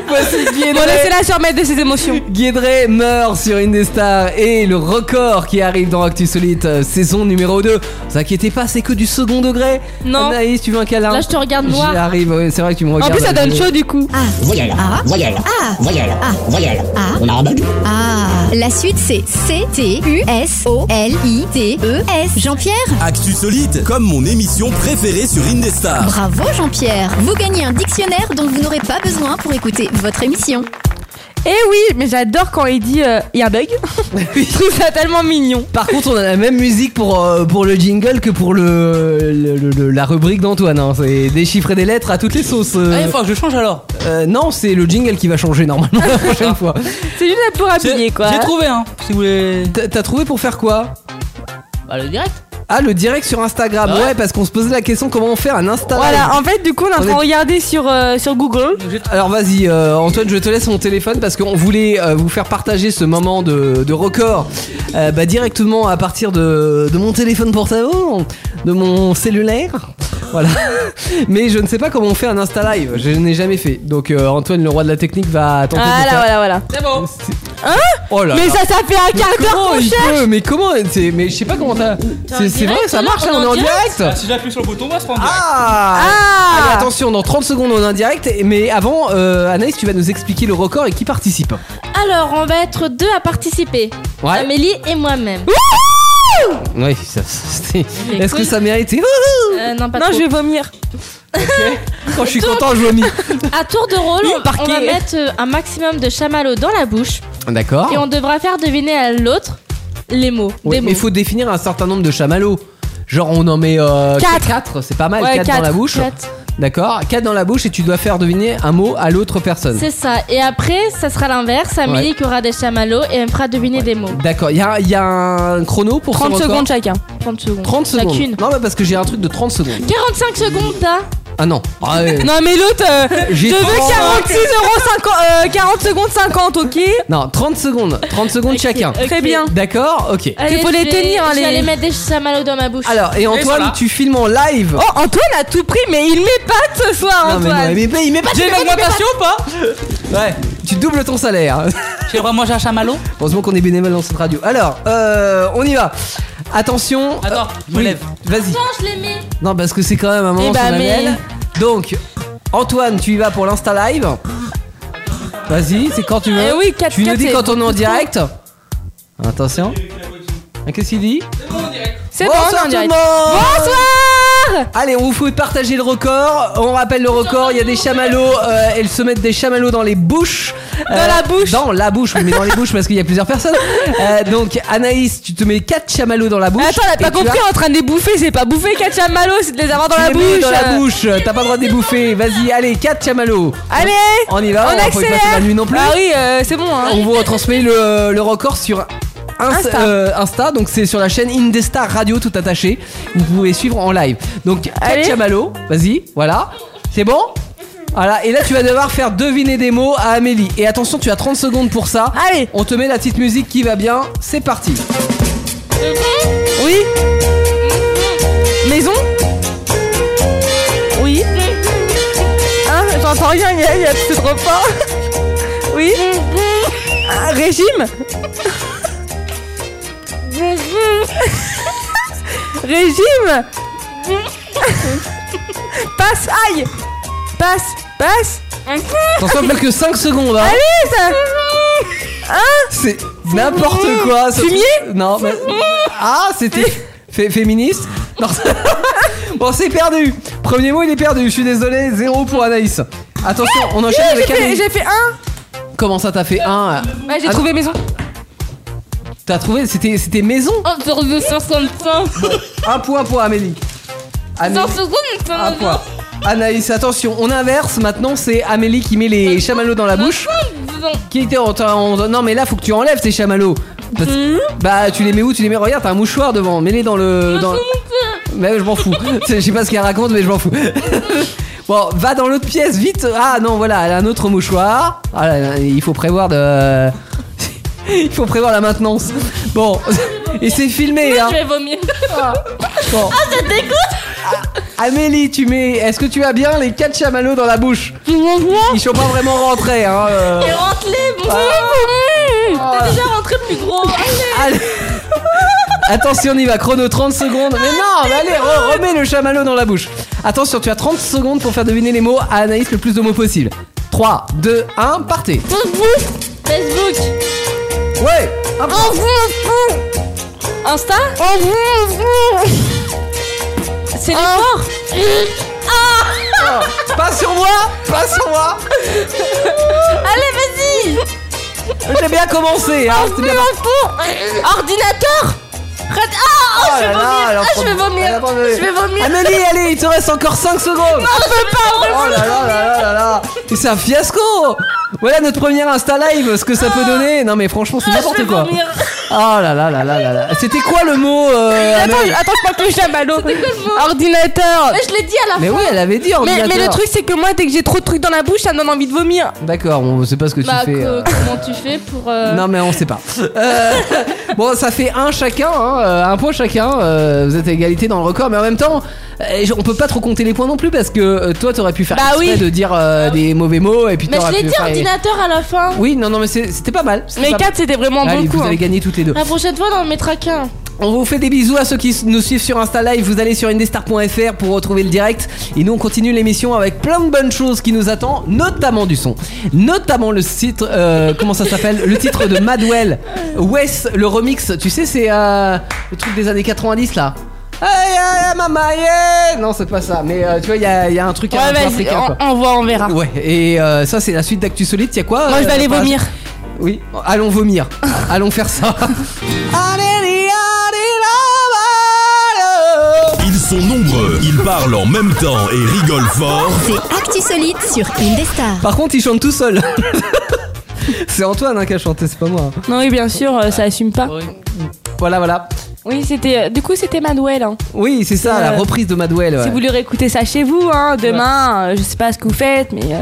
[SPEAKER 2] Voici
[SPEAKER 3] Bon laissez
[SPEAKER 2] Guédré.
[SPEAKER 3] la se remettre de ses émotions.
[SPEAKER 2] Guédré meurt sur une des stars et le record qui arrive dans Actu Solite, euh, saison numéro 2. Vous inquiétez pas, c'est que du second degré.
[SPEAKER 5] Non.
[SPEAKER 2] Anaïs, tu veux un câlin
[SPEAKER 5] Là, je te regarde noir.
[SPEAKER 2] J'arrive, ouais, c'est vrai que tu me
[SPEAKER 3] En
[SPEAKER 2] regardes.
[SPEAKER 3] plus ça donne
[SPEAKER 2] euh,
[SPEAKER 3] chaud du coup.
[SPEAKER 7] Voyelle, voyelle, voyelle, voyelle. On a entendu
[SPEAKER 1] Ah, la suite c'est C-T-U-S-O-L-I-T-E-S. E Jean-Pierre
[SPEAKER 6] Actu solide, comme mon émission préférée sur Indestar.
[SPEAKER 1] Bravo Jean-Pierre Vous gagnez un dictionnaire dont vous n'aurez pas besoin pour écouter votre émission.
[SPEAKER 3] Eh oui, mais j'adore quand il dit euh, il y a un bug. Je trouve ça tellement mignon.
[SPEAKER 2] Par contre, on a la même musique pour, euh, pour le jingle que pour le, le- le- le- la rubrique d'Antoine. hein. C'est des chiffres et des lettres à toutes les sauces. euh.
[SPEAKER 4] Ah, il faut que je change alors.
[SPEAKER 2] Euh, non, c'est le jingle qui va changer normalement *laughs* la prochaine fois.
[SPEAKER 3] C'est juste là pour
[SPEAKER 4] C'est-
[SPEAKER 3] habiller quoi.
[SPEAKER 4] J'ai trouvé, hein. Si vous voulez.
[SPEAKER 2] T'as t'as trouvé pour faire quoi
[SPEAKER 4] Bah, le direct.
[SPEAKER 2] Ah, le direct sur Instagram.
[SPEAKER 4] Bah
[SPEAKER 2] ouais.
[SPEAKER 4] ouais.
[SPEAKER 2] parce qu'on se posait la question comment faire un Insta.
[SPEAKER 3] Voilà, en fait, du coup, on est
[SPEAKER 2] On
[SPEAKER 3] en train
[SPEAKER 2] est-
[SPEAKER 3] de regarder sur, euh, sur Google.
[SPEAKER 2] Alors vas-y euh, Antoine, je te laisse mon téléphone parce qu'on voulait euh, vous faire partager ce moment de, de record euh, bah, directement à partir de, de mon téléphone portable, de mon cellulaire. Voilà. *laughs* Mais je ne sais pas comment on fait un Insta Live, je n'ai jamais fait. Donc euh, Antoine, le roi de la technique, va tenter de
[SPEAKER 3] Voilà,
[SPEAKER 2] faire-
[SPEAKER 3] voilà, voilà.
[SPEAKER 4] C'est bon.
[SPEAKER 2] Oh là
[SPEAKER 3] Mais
[SPEAKER 2] là.
[SPEAKER 3] ça, ça fait un quart d'heure
[SPEAKER 2] Comment
[SPEAKER 3] qu'on
[SPEAKER 2] il
[SPEAKER 3] cherche.
[SPEAKER 2] peut Mais comment c'est- Mais je sais pas comment t'as. C'est c'est vrai,
[SPEAKER 5] direct,
[SPEAKER 2] ça
[SPEAKER 5] là,
[SPEAKER 2] marche, hein,
[SPEAKER 5] on est
[SPEAKER 2] on est
[SPEAKER 5] en
[SPEAKER 2] en direct
[SPEAKER 4] Ah, si j'appuie sur le bouton, on va se prendre.
[SPEAKER 2] Ah Allez,
[SPEAKER 3] Ah
[SPEAKER 2] attention, dans 30 secondes on est en direct, et- mais avant, euh, Anaïs, tu vas nous expliquer le record et qui participe.
[SPEAKER 5] Alors, on va être deux à participer.
[SPEAKER 2] Ouais.
[SPEAKER 5] Amélie et moi-même.
[SPEAKER 2] Ouais, ça- c'était-
[SPEAKER 5] Il est
[SPEAKER 2] Est-ce que
[SPEAKER 5] cool.
[SPEAKER 2] ça méritait
[SPEAKER 5] Euh, non, pas
[SPEAKER 3] Non,
[SPEAKER 5] trop.
[SPEAKER 3] je vais vomir.
[SPEAKER 2] Quand je suis content, je
[SPEAKER 5] *laughs*
[SPEAKER 2] vomis.
[SPEAKER 5] À tour de rôle,
[SPEAKER 3] Il est
[SPEAKER 5] on- on
[SPEAKER 3] parqué.
[SPEAKER 5] va mettre euh, un maximum de chamallows dans la bouche
[SPEAKER 2] D'accord.
[SPEAKER 5] et on devra faire deviner à l'autre les mots.
[SPEAKER 2] Ouais,
[SPEAKER 5] des
[SPEAKER 2] Ah. mais
[SPEAKER 5] mots.
[SPEAKER 2] il faut définir un certain nombre de chamallows. Genre, on en met euh,
[SPEAKER 3] Quatre.
[SPEAKER 2] quatre, c'est pas mal,
[SPEAKER 3] Ouais,
[SPEAKER 2] 4 dans
[SPEAKER 3] quatre,
[SPEAKER 2] la bouche.
[SPEAKER 5] Quatre.
[SPEAKER 2] D'accord, 4 dans la bouche et tu dois faire deviner un mot à l'autre personne.
[SPEAKER 5] C'est ça. Et après, ça sera l'inverse. Amélie qui aura des chamallows et elle me fera deviner des mots.
[SPEAKER 2] D'accord, il y a, il y a un chrono pour ce
[SPEAKER 3] 30
[SPEAKER 2] record
[SPEAKER 3] secondes chacun.
[SPEAKER 5] 30 secondes.
[SPEAKER 2] 30 secondes.
[SPEAKER 5] Chacune.
[SPEAKER 2] Non, mais parce que j'ai un truc de 30 secondes.
[SPEAKER 5] 45 secondes, hein. t'as
[SPEAKER 2] Ah non. Ah
[SPEAKER 5] *laughs*
[SPEAKER 2] ouais.
[SPEAKER 3] Non, mais l'autre, euh,
[SPEAKER 2] *laughs*
[SPEAKER 3] je
[SPEAKER 2] J'ai
[SPEAKER 3] veux
[SPEAKER 2] trop
[SPEAKER 3] 46 euros 50, euh, 40 secondes 50, ok
[SPEAKER 2] Non, 30 secondes. 30 secondes chacun.
[SPEAKER 3] Très
[SPEAKER 5] Ok. Euh,
[SPEAKER 3] bien.
[SPEAKER 2] D'accord Ok.
[SPEAKER 5] Allez,
[SPEAKER 3] faut les
[SPEAKER 5] je vais-
[SPEAKER 3] tenir, hein,
[SPEAKER 5] Je vais
[SPEAKER 3] les-
[SPEAKER 5] aller mettre des chamallows dans ma bouche.
[SPEAKER 2] Alors, et Antoine,
[SPEAKER 4] voilà.
[SPEAKER 2] tu filmes en live.
[SPEAKER 3] Oh, Antoine a tout pris, mais il m'épate ce soir,
[SPEAKER 2] non, mais,
[SPEAKER 3] Antoine.
[SPEAKER 2] non, mais- mais il met pas de
[SPEAKER 4] J'ai une augmentation ou pas
[SPEAKER 2] Ouais, tu doubles ton salaire. *laughs*
[SPEAKER 4] J'ai le droit de manger un chamallow
[SPEAKER 2] Heureusement qu'on est bénévole dans cette radio. Alors, euh, on y va. Attention.
[SPEAKER 3] Ah
[SPEAKER 4] Attends, je me
[SPEAKER 2] oui,
[SPEAKER 4] lève.
[SPEAKER 2] Vas-y.
[SPEAKER 5] Non, je les mets.
[SPEAKER 2] Non, parce que c'est quand même un moment
[SPEAKER 3] Eh bah,
[SPEAKER 2] sur la
[SPEAKER 3] mais-
[SPEAKER 2] mienne. Donc, Antoine, tu y vas pour l'Insta Live. Vas-y, c'est quand tu veux.
[SPEAKER 3] Eh oui, 4,
[SPEAKER 2] tu nous
[SPEAKER 3] 4,
[SPEAKER 2] dis
[SPEAKER 3] c'est
[SPEAKER 2] quand on est en
[SPEAKER 3] beaucoup trop.
[SPEAKER 2] direct. Attention. Ah, Qu'est-ce qu'il dit
[SPEAKER 3] C'est bon,
[SPEAKER 2] Bonsoir
[SPEAKER 3] on est en
[SPEAKER 2] tout le
[SPEAKER 3] direct.
[SPEAKER 2] monde
[SPEAKER 3] Bonsoir
[SPEAKER 2] Allez, on vous faut partager le record. On rappelle le record. Il y a des chamallows. euh, elles se mettent des chamallows dans les bouches. Dans
[SPEAKER 3] la bouche.
[SPEAKER 2] Dans la bouche, oui, mais dans les bouches parce qu'il y a plusieurs personnes. Euh, donc Anaïs, tu te mets 4 chamallows dans la bouche.
[SPEAKER 3] Attends,
[SPEAKER 2] et
[SPEAKER 3] t'as pas
[SPEAKER 2] tu
[SPEAKER 3] compris,
[SPEAKER 2] as-
[SPEAKER 3] en train de les bouffer, c'est pas bouffer 4 chamallows, c'est de les avoir dans
[SPEAKER 2] tu
[SPEAKER 3] la
[SPEAKER 2] les mets
[SPEAKER 3] bouche.
[SPEAKER 2] Dans la
[SPEAKER 3] euh.
[SPEAKER 2] bouche. T'as pas le droit de les bouffer. Vas-y, allez, 4 chamallows.
[SPEAKER 3] Allez
[SPEAKER 2] On y va.
[SPEAKER 3] On
[SPEAKER 2] va pas y
[SPEAKER 3] accélère.
[SPEAKER 2] passer la nuit non plus.
[SPEAKER 3] Ah oui, euh, c'est bon, hein.
[SPEAKER 2] On vous retransmet le, le record sur Ins-
[SPEAKER 3] Insta.
[SPEAKER 2] euh, Insta. donc c'est sur la chaîne Indestar Radio tout attaché. Vous pouvez suivre en live. Donc
[SPEAKER 3] Allez.
[SPEAKER 2] Chamalo, vas-y, voilà. C'est bon Voilà, et là tu vas devoir faire deviner des mots à Amélie. Et attention, tu as 30 secondes pour ça.
[SPEAKER 3] Allez
[SPEAKER 2] On te met la petite musique qui va bien, c'est parti.
[SPEAKER 3] Oui Maison Oui Hein J'entends rien, il y a- il y a- c'est trop fort Oui Ah, Régime Régime Passe, aïe Passe, passe
[SPEAKER 2] T'en sors plus que 5 secondes. Hein.
[SPEAKER 3] Allez ça
[SPEAKER 2] C'est n'importe quoi. ça-
[SPEAKER 3] Fumier
[SPEAKER 2] Non, mais... Ah, c'était fé- féministe Non, *laughs* c'est- Bon, c'est perdu. Premier mot, il est perdu. Je suis désolé, zéro pour Anaïs. Attention, on enchaîne
[SPEAKER 3] J'ai
[SPEAKER 2] avec
[SPEAKER 3] fait,
[SPEAKER 2] Amélie.
[SPEAKER 3] j'ai fait un
[SPEAKER 2] Comment ça, t'as fait un
[SPEAKER 3] Ouais, j'ai
[SPEAKER 2] Ah,
[SPEAKER 3] trouvé maison
[SPEAKER 2] T'as trouvé C'était c'était maison
[SPEAKER 5] Oh, sur 65.
[SPEAKER 2] Un point pour Amélie. Amélie,
[SPEAKER 5] 100 secondes,
[SPEAKER 2] un point. Anaïs, attention, on inverse. Maintenant, c'est Amélie qui met les chamallows dans la bouche. Qui était en- en- Non, mais là, faut que tu enlèves ces chamallows. Parce- Bah, tu les mets où Tu les mets. Regarde, t'as un mouchoir devant. Mets-les dans le. Dans... Mais je m'en fous. Je sais pas ce qu'elle raconte, mais je m'en fous. *laughs* Bon, va dans l'autre pièce, vite. Ah non, voilà, elle a un autre mouchoir. Ah, là, là, il faut prévoir de. *laughs* il faut prévoir la maintenance. Bon, *laughs* et c'est filmé, hein.
[SPEAKER 5] Je vais vomir.
[SPEAKER 2] Bon. Ah, Amélie, tu mets. Est-ce que tu as bien les quatre chamallows dans la
[SPEAKER 5] *laughs*
[SPEAKER 2] bouche Ils sont pas vraiment rentrés, hein. euh.
[SPEAKER 5] Et rentre-les, bon
[SPEAKER 2] Ah.
[SPEAKER 5] T'as déjà rentré plus gros.
[SPEAKER 2] Allez. *laughs* Attention, on y va, chrono 30 secondes. Mais non, mais allez, re- remets le chamallow dans la bouche. Attention, tu as 30 secondes pour faire deviner les mots à Anaïs le plus de mots possible. 3, 2, 1, partez.
[SPEAKER 5] Facebook. Facebook.
[SPEAKER 2] Ouais, un point.
[SPEAKER 5] Insta. C'est l'effort.
[SPEAKER 2] pas sur moi, pas sur moi.
[SPEAKER 5] Allez, vas-y.
[SPEAKER 2] J'ai bien commencé. Hein, c'était bien parti.
[SPEAKER 5] Ordinateur Red- Ah, oh,
[SPEAKER 2] Oh
[SPEAKER 5] je vais
[SPEAKER 2] là là, elle est en
[SPEAKER 5] vomir Ah, je
[SPEAKER 2] train
[SPEAKER 5] vais
[SPEAKER 2] de- elle est en
[SPEAKER 5] vomir
[SPEAKER 2] train de-
[SPEAKER 5] Je vais vomir
[SPEAKER 2] Amélie, allez, il te reste encore 5 secondes. Oh là là là là là là Et c'est un fiasco Voilà notre première Insta Live, ce que ça
[SPEAKER 3] Ah.
[SPEAKER 2] peut donner Non mais franchement, c'est
[SPEAKER 5] Ah, je
[SPEAKER 2] n'importe
[SPEAKER 5] vais
[SPEAKER 2] quoi
[SPEAKER 5] vomir
[SPEAKER 2] Oh là là là là là là C'était quoi le mot euh,
[SPEAKER 3] Attends,
[SPEAKER 2] Amel
[SPEAKER 3] attends, je parle plus jamais l'eau. Ordinateur.
[SPEAKER 5] Mais je l'ai dit à la
[SPEAKER 2] Mais oui, elle avait dit
[SPEAKER 3] Mais,
[SPEAKER 2] ordinateur
[SPEAKER 3] mais le truc, c'est que moi, dès que j'ai trop de trucs dans la bouche, ça me donne envie de vomir.
[SPEAKER 2] D'accord, on sait pas ce que tu
[SPEAKER 5] Bah,
[SPEAKER 2] fais.
[SPEAKER 5] co-
[SPEAKER 2] euh.
[SPEAKER 5] comment tu fais pour. euh,
[SPEAKER 2] Non mais on sait pas. Euh, *laughs* bon, ça fait un chacun, hein, euh, un point chacun. euh, vous êtes à égalité dans le record, mais en même temps, euh, on peut pas trop compter les points non plus parce que euh, toi, t'aurais pu faire
[SPEAKER 3] Bah
[SPEAKER 2] exprès
[SPEAKER 3] oui.
[SPEAKER 2] de dire euh, des mauvais mots et puis
[SPEAKER 5] Mais
[SPEAKER 2] t'aurais
[SPEAKER 5] je l'ai
[SPEAKER 2] pu
[SPEAKER 5] dit
[SPEAKER 2] faire-
[SPEAKER 5] ordinateur à la fin
[SPEAKER 2] Oui, non, non, mais c'est- c'était pas mal. c'était
[SPEAKER 3] Mais
[SPEAKER 2] pas
[SPEAKER 3] 4, c'était vraiment
[SPEAKER 2] Allez,
[SPEAKER 3] bon
[SPEAKER 2] vous
[SPEAKER 3] coup.
[SPEAKER 2] avez
[SPEAKER 3] hein.
[SPEAKER 2] gagné toutes les deux.
[SPEAKER 5] La prochaine fois, on en mettra qu'un.
[SPEAKER 2] On vous fait des bisous à ceux qui s- nous suivent sur Insta Live. Vous allez sur indestar.fr pour retrouver le direct. Et nous, on continue l'émission avec plein de bonnes choses qui nous attendent, notamment du son. Notamment le titre, euh, *laughs* comment ça s'appelle Le titre de Madwell. Wes, le remix. Tu sais, c'est euh, le truc des années 90 là. Hey, hey, mama, yeah Non, c'est pas ça. Mais euh, tu vois, il y, a- il y a un truc un
[SPEAKER 3] Ouais,
[SPEAKER 2] peu
[SPEAKER 3] vas-y,
[SPEAKER 2] africain, quoi.
[SPEAKER 3] on, on voit, on verra.
[SPEAKER 2] Ouais, et euh, ça, c'est la suite d'Actu Solide. Il y a quoi
[SPEAKER 3] Moi, je vais
[SPEAKER 2] euh,
[SPEAKER 3] aller
[SPEAKER 2] page-
[SPEAKER 3] vomir.
[SPEAKER 2] oui, allons vomir. allons faire ça.
[SPEAKER 6] Ils sont nombreux, ils parlent en même temps et rigolent fort.
[SPEAKER 1] C'est Actu Solide sur Indestar.
[SPEAKER 2] Par contre, il chante tout seul. c'est Antoine hein, qui a chanté, c'est pas moi.
[SPEAKER 3] Non, oui, bien sûr, euh, ça assume pas.
[SPEAKER 2] Voilà, voilà.
[SPEAKER 3] Oui, c'était. euh, Du coup, c'était Manuel. Hein.
[SPEAKER 2] Oui, c'est ça,
[SPEAKER 3] C'est,
[SPEAKER 2] la
[SPEAKER 3] euh,
[SPEAKER 2] reprise de Madwell. ouais.
[SPEAKER 3] Si vous voulez réécouter ça chez vous, hein, demain, euh, je sais pas ce que vous faites, mais. euh,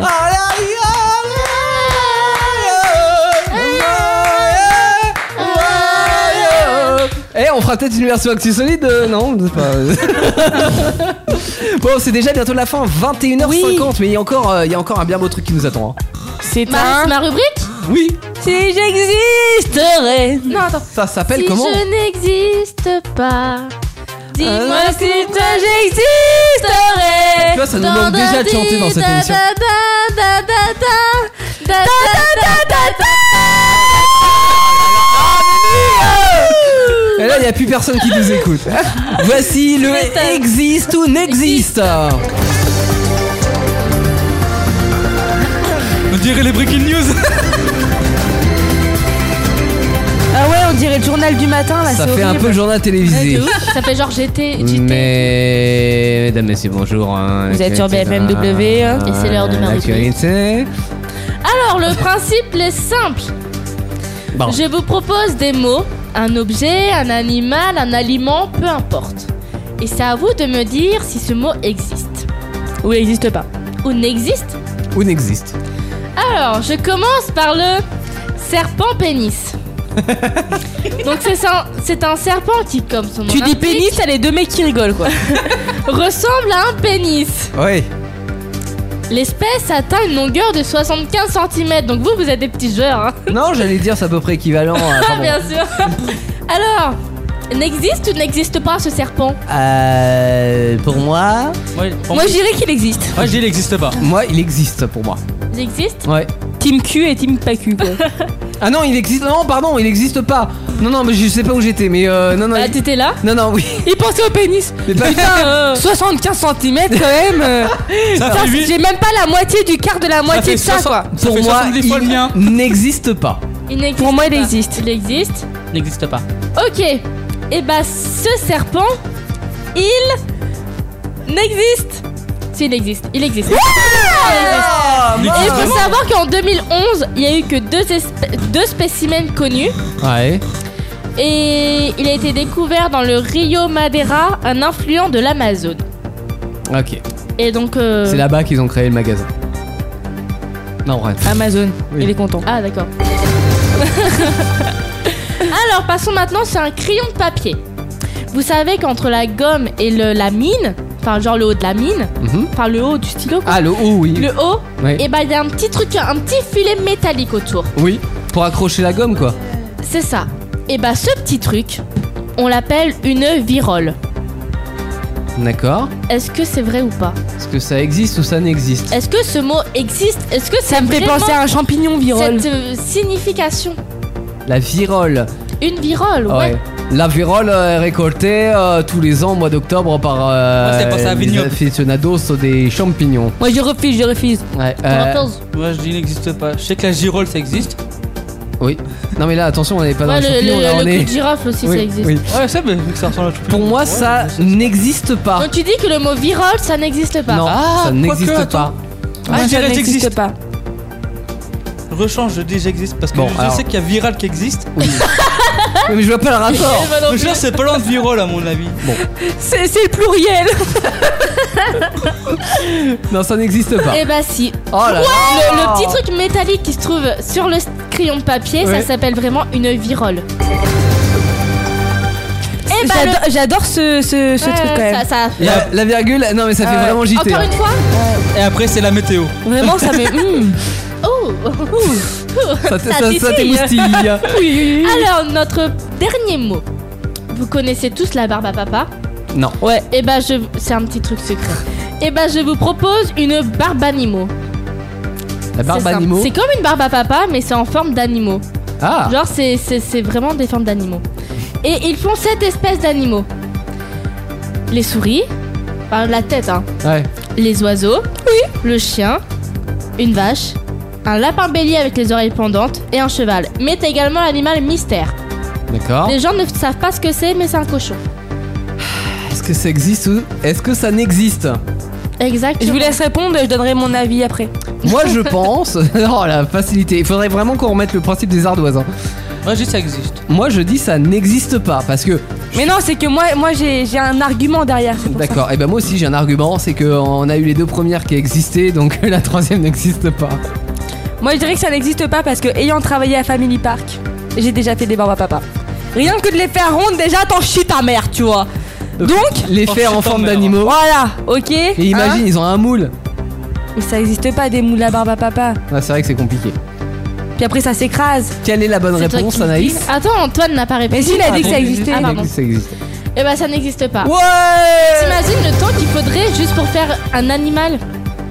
[SPEAKER 2] Eh, on fera peut-être une version actu solide, euh, non c'est pas- *laughs* Bon, c'est déjà bientôt la fin, 21h50, mais il y, a encore, euh, il y a encore un bien beau truc qui nous attend. hein.
[SPEAKER 3] C'est
[SPEAKER 5] Ma,
[SPEAKER 3] un.
[SPEAKER 5] c'est ma rubrique
[SPEAKER 2] Oui,
[SPEAKER 3] Si j'existerais.
[SPEAKER 5] Non, attends.
[SPEAKER 2] ça s'appelle
[SPEAKER 5] si
[SPEAKER 2] comment
[SPEAKER 5] je n'existe pas, dis-moi
[SPEAKER 2] Ah,
[SPEAKER 5] si toi
[SPEAKER 2] Tu
[SPEAKER 5] j'existerais.
[SPEAKER 2] vois, ça nous manque déjà de chanter dans cette émission. Mmh, Et Eh là, il n'y a plus personne qui nous écoute. Voici le existe ou n'existe. Ah,
[SPEAKER 4] On dirait les breaking news.
[SPEAKER 3] Ah ouais, on dirait le journal du matin, là, c'est
[SPEAKER 2] Ça fait un
[SPEAKER 3] horrible.
[SPEAKER 2] peu journal télévisé.
[SPEAKER 5] Ça fait genre j'étais.
[SPEAKER 2] Mais, mesdames, messieurs, bonjour. hein.
[SPEAKER 3] Vous êtes sur BFMW, hein.
[SPEAKER 5] Et c'est l'heure de ma rubrique.
[SPEAKER 2] L'actualité.
[SPEAKER 5] Alors, le principe est simple.
[SPEAKER 2] Bon.
[SPEAKER 5] Je vous propose des mots, un objet, un animal, un aliment, peu importe. Et c'est à vous de me dire si ce mot existe
[SPEAKER 3] Ou il existe pas.
[SPEAKER 5] ou n'existe.
[SPEAKER 2] Ou n'existe.
[SPEAKER 5] Alors, je commence par le serpent
[SPEAKER 3] *laughs*
[SPEAKER 5] pénis. Donc c'est un, c'est un serpent qui, comme son nom
[SPEAKER 3] Tu dis
[SPEAKER 5] l'indique,
[SPEAKER 3] pénis, t'as les deux mecs qui rigolent, quoi.
[SPEAKER 5] ressemble à un pénis.
[SPEAKER 2] Oui.
[SPEAKER 5] L'espèce atteint une longueur de 75 cm. Donc vous, vous êtes des petits joueurs, hein.
[SPEAKER 2] Non, j'allais dire, c'est à peu près équivalent. à-
[SPEAKER 3] Ah
[SPEAKER 2] pardon.
[SPEAKER 5] *laughs* bien sûr. Alors, n'existe ou n'existe pas ce serpent
[SPEAKER 2] Euh, pour moi,
[SPEAKER 4] Ouais, pour
[SPEAKER 3] Moi,
[SPEAKER 4] moi,
[SPEAKER 3] je dirais *laughs* qu'il existe.
[SPEAKER 4] moi, je dis il n'existe pas.
[SPEAKER 2] moi, il existe pour moi.
[SPEAKER 5] Il existe
[SPEAKER 2] Ouais.
[SPEAKER 3] Team Q et Team pas Q, quoi.
[SPEAKER 2] Ah non, il existe. Non, pardon, il n'existe pas. Non, non, mais je sais pas où j'étais, mais euh, non, non.
[SPEAKER 5] Bah
[SPEAKER 2] il-
[SPEAKER 5] t'étais là
[SPEAKER 2] Non, non, oui.
[SPEAKER 3] *laughs* Il pensait au
[SPEAKER 2] *laughs*
[SPEAKER 3] pénis.
[SPEAKER 2] Mais pas-
[SPEAKER 3] Putain, *laughs* euh, 75 cm quand même. euh,
[SPEAKER 4] Ça
[SPEAKER 3] ça,
[SPEAKER 4] fait huit-
[SPEAKER 3] J'ai même pas la moitié du quart de la moitié de
[SPEAKER 4] fait
[SPEAKER 3] ça, quoi.
[SPEAKER 4] 60. Ça
[SPEAKER 2] pour
[SPEAKER 4] fait
[SPEAKER 2] moi,
[SPEAKER 4] 70 fois le
[SPEAKER 2] il
[SPEAKER 4] mien.
[SPEAKER 2] n'existe pas.
[SPEAKER 5] Il n'existe
[SPEAKER 3] Pour moi, il
[SPEAKER 5] pas.
[SPEAKER 3] existe.
[SPEAKER 5] Il existe.
[SPEAKER 4] N'existe pas.
[SPEAKER 5] Ok. Et bah, ce serpent, il n'existe. Si, il existe. Il existe.
[SPEAKER 4] Il
[SPEAKER 5] Et il
[SPEAKER 4] existe.
[SPEAKER 5] faut savoir qu'en 2011, il y a eu que deux, espé- deux spécimens connus.
[SPEAKER 2] Ouais.
[SPEAKER 5] Et il a été découvert dans le Rio Madeira, un influent de l'Amazone.
[SPEAKER 2] Ok.
[SPEAKER 5] Et donc. euh,
[SPEAKER 2] C'est là-bas qu'ils ont créé le magasin. Non, bref.
[SPEAKER 3] Amazon,
[SPEAKER 2] Oui.
[SPEAKER 3] il est content.
[SPEAKER 5] Ah, d'accord. *laughs* Alors, passons maintenant sur un crayon de papier. Vous savez qu'entre la gomme et le- la mine, enfin, genre le haut de la mine,
[SPEAKER 2] Mhm.
[SPEAKER 5] enfin, le haut du stylo, quoi,
[SPEAKER 2] Ah, le haut, oui.
[SPEAKER 5] le haut,
[SPEAKER 2] Ouais.
[SPEAKER 5] et bah, il y a un petit truc, un petit filet métallique autour.
[SPEAKER 2] Oui. Pour accrocher la gomme, quoi.
[SPEAKER 5] C'est ça. Et bah, ce petit truc, on l'appelle une virole.
[SPEAKER 2] D'accord.
[SPEAKER 5] Est-ce que c'est vrai ou pas
[SPEAKER 2] Est-ce que ça existe ou ça n'existe
[SPEAKER 5] Est-ce que ce mot existe Est-ce que
[SPEAKER 3] Ça me fait penser à un champignon virole.
[SPEAKER 5] cette euh, signification
[SPEAKER 2] La virole.
[SPEAKER 5] Une virole, ouais.
[SPEAKER 2] Ah Ouais. La virole est récoltée euh, tous les ans au mois d'octobre par euh,
[SPEAKER 4] Moi, c'est pour ça,
[SPEAKER 2] les
[SPEAKER 4] vignoble.
[SPEAKER 2] aficionados des champignons.
[SPEAKER 3] Moi, je refuse, je refuse.
[SPEAKER 2] Ouais.
[SPEAKER 5] On
[SPEAKER 2] euh,
[SPEAKER 5] en pense.
[SPEAKER 4] Moi, je dis il n'existe pas. Je sais que la girole, ça existe.
[SPEAKER 2] Oui. Non mais là, attention, on n'est pas dans
[SPEAKER 5] Ouais,
[SPEAKER 2] les
[SPEAKER 5] le,
[SPEAKER 2] champignons,
[SPEAKER 5] le-
[SPEAKER 2] là,
[SPEAKER 5] le
[SPEAKER 2] on
[SPEAKER 5] coup
[SPEAKER 2] est-
[SPEAKER 5] de girafe aussi,
[SPEAKER 2] Oui,
[SPEAKER 5] ça existe.
[SPEAKER 2] oui.
[SPEAKER 4] Ouais, ça, mais vu que ça ressemble à un truc.
[SPEAKER 2] Pour moi, ça n'existe pas.
[SPEAKER 5] Donc tu dis que le mot virote, ça n'existe pas.
[SPEAKER 2] Ah. Non,
[SPEAKER 4] Ah,
[SPEAKER 2] ça
[SPEAKER 4] quoique,
[SPEAKER 2] n'existe
[SPEAKER 4] attends.
[SPEAKER 2] pas.
[SPEAKER 4] Ah,
[SPEAKER 3] Moi,
[SPEAKER 4] je
[SPEAKER 3] ça
[SPEAKER 4] dirais que
[SPEAKER 3] n'existe
[SPEAKER 4] j'existe.
[SPEAKER 3] pas.
[SPEAKER 4] Rechange, je dis j'existe parce que
[SPEAKER 2] Bon,
[SPEAKER 4] je
[SPEAKER 2] alors.
[SPEAKER 4] sais qu'il y a viral qui existe.
[SPEAKER 5] *laughs*
[SPEAKER 2] Mais je vois pas le rapport.
[SPEAKER 4] Je jure, c'est pas loin de viral à mon avis.
[SPEAKER 3] C'est c'est le pluriel.
[SPEAKER 2] Non, ça n'existe pas.
[SPEAKER 5] Eh bah si.
[SPEAKER 2] Oh là là.
[SPEAKER 5] Le, le petit truc métallique qui se trouve sur le crayon de papier,
[SPEAKER 2] Ouais.
[SPEAKER 5] ça s'appelle vraiment une virole. Eh bah le-
[SPEAKER 3] J'ado- J'adore ce, ce, ce
[SPEAKER 5] Ouais,
[SPEAKER 3] truc quand
[SPEAKER 5] Ça,
[SPEAKER 3] même.
[SPEAKER 5] ça-
[SPEAKER 2] La, la virgule, non mais ça fait
[SPEAKER 3] Ah ouais.
[SPEAKER 2] vraiment JT.
[SPEAKER 5] Euh, Encore
[SPEAKER 2] hein.
[SPEAKER 5] une fois
[SPEAKER 4] Et après, c'est la météo.
[SPEAKER 3] Vraiment, ça me. *laughs* Hmm.
[SPEAKER 5] Oh
[SPEAKER 2] Ça, te-
[SPEAKER 5] Ça
[SPEAKER 2] ça, ça
[SPEAKER 5] titille.
[SPEAKER 2] t'émoustille.
[SPEAKER 5] *laughs* Alors, notre dernier mot. Vous connaissez tous la barbe à papa
[SPEAKER 2] Non.
[SPEAKER 5] Ouais. Et bah, je... c'est un petit truc secret. Et bah, je vous propose une barbe animaux.
[SPEAKER 2] La
[SPEAKER 5] C'est
[SPEAKER 2] barbe
[SPEAKER 5] simple.
[SPEAKER 2] animaux.
[SPEAKER 5] C'est comme une barbe à papa, mais c'est en forme d'animaux.
[SPEAKER 2] Ah.
[SPEAKER 5] Genre, c'est- c'est c'est vraiment des formes d'animaux. Et ils font sept espèces d'animaux. Les souris, enfin, la tête, hein.
[SPEAKER 2] Ouais.
[SPEAKER 5] les oiseaux, le chien, une vache, un lapin bélier avec les oreilles pendantes et un cheval. Mais t'as également l'animal mystère.
[SPEAKER 3] Oh.
[SPEAKER 2] D'accord.
[SPEAKER 5] Les gens ne savent pas ce que c'est, mais c'est un cochon.
[SPEAKER 2] Est-ce que ça existe ou est-ce que ça n'existe
[SPEAKER 5] Exact.
[SPEAKER 3] Je vous laisse répondre, je donnerai mon avis après.
[SPEAKER 2] Moi
[SPEAKER 5] *laughs*
[SPEAKER 2] je pense. *laughs* oh la facilité. Il faudrait vraiment qu'on remette le principe des ardoises. hein.
[SPEAKER 4] Moi, je dis ça existe.
[SPEAKER 2] Moi je dis ça n'existe pas parce que
[SPEAKER 3] Mais non, c'est que moi, moi j'ai j'ai un argument derrière. c'est pour ça.
[SPEAKER 2] D'accord, et ben moi aussi j'ai un argument, c'est qu'on a eu les deux premières qui existaient, donc *laughs* la troisième n'existe pas.
[SPEAKER 3] Moi, je dirais que ça n'existe pas parce que, ayant travaillé à Family Park, j'ai déjà fait des barbes à papa. Rien que de les faire rondes, déjà, t'en chies ta mère, tu vois. Donc,
[SPEAKER 2] Les
[SPEAKER 4] Oh,
[SPEAKER 2] fers en
[SPEAKER 4] putain,
[SPEAKER 2] forme
[SPEAKER 4] merde.
[SPEAKER 2] d'animaux.
[SPEAKER 3] voilà, ok.
[SPEAKER 2] Et imagine,
[SPEAKER 3] hein
[SPEAKER 2] ils ont un moule.
[SPEAKER 3] Mais ça n'existe pas des moules à barbe à papa.
[SPEAKER 2] Ah, c'est vrai que c'est compliqué.
[SPEAKER 3] Puis après, ça s'écrase.
[SPEAKER 2] Quelle est la bonne
[SPEAKER 5] C'est toi
[SPEAKER 2] réponse,
[SPEAKER 5] qui le dis. Ah,
[SPEAKER 2] Anaïs
[SPEAKER 5] Attends, Antoine n'a pas répondu.
[SPEAKER 3] Mais si, il a dit que ça existait.
[SPEAKER 2] Il
[SPEAKER 5] Ah,
[SPEAKER 2] a
[SPEAKER 5] pardon.
[SPEAKER 2] dit que ça existe.
[SPEAKER 5] Eh ben, ça n'existe pas.
[SPEAKER 3] Ouais
[SPEAKER 5] T'imagines le temps qu'il faudrait juste pour faire un animal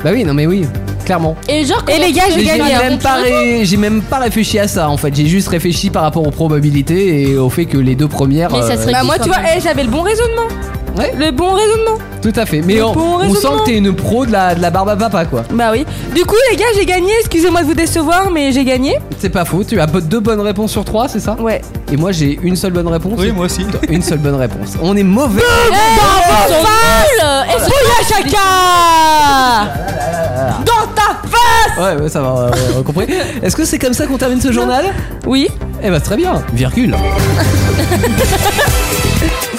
[SPEAKER 2] Bah oui, non mais oui, clairement.
[SPEAKER 5] Et genre,
[SPEAKER 3] Et Eh, les gars,
[SPEAKER 2] Mais
[SPEAKER 3] j'ai
[SPEAKER 2] J'ai
[SPEAKER 3] gagné. hein.
[SPEAKER 2] même, pas ré- j'ai même pas réfléchi à ça en fait, j'ai juste réfléchi par rapport aux probabilités et au fait que les deux premières.
[SPEAKER 5] Mais ça serait-
[SPEAKER 3] Bah, moi, tu vois, eh, j'avais le bon raisonnement.
[SPEAKER 2] Ouais.
[SPEAKER 3] Le bon raisonnement.
[SPEAKER 2] euh, Tout à fait, mais
[SPEAKER 3] Le
[SPEAKER 2] on,
[SPEAKER 3] bon
[SPEAKER 2] on sent
[SPEAKER 3] raisonnement.
[SPEAKER 2] que t'es une pro de la, de la barbe à papa quoi.
[SPEAKER 3] Bah oui. Du coup, les gars, j'ai gagné. Excusez-moi de vous décevoir, mais j'ai gagné.
[SPEAKER 2] C'est pas faux, tu as deux bonnes réponses sur trois, c'est ça
[SPEAKER 3] Ouais.
[SPEAKER 2] Et moi j'ai une seule bonne réponse.
[SPEAKER 4] Oui, moi aussi.
[SPEAKER 2] Une seule bonne réponse. On est mauvais.
[SPEAKER 3] Eh,
[SPEAKER 2] bah, bah,
[SPEAKER 3] Chaka Dans ta
[SPEAKER 2] Ouais, ouais, ça va, ouais, ouais, on a compris. Est-ce que c'est comme ça qu'on termine ce journal
[SPEAKER 3] Oui,
[SPEAKER 2] Eh bah, c'est très bien. Virgule.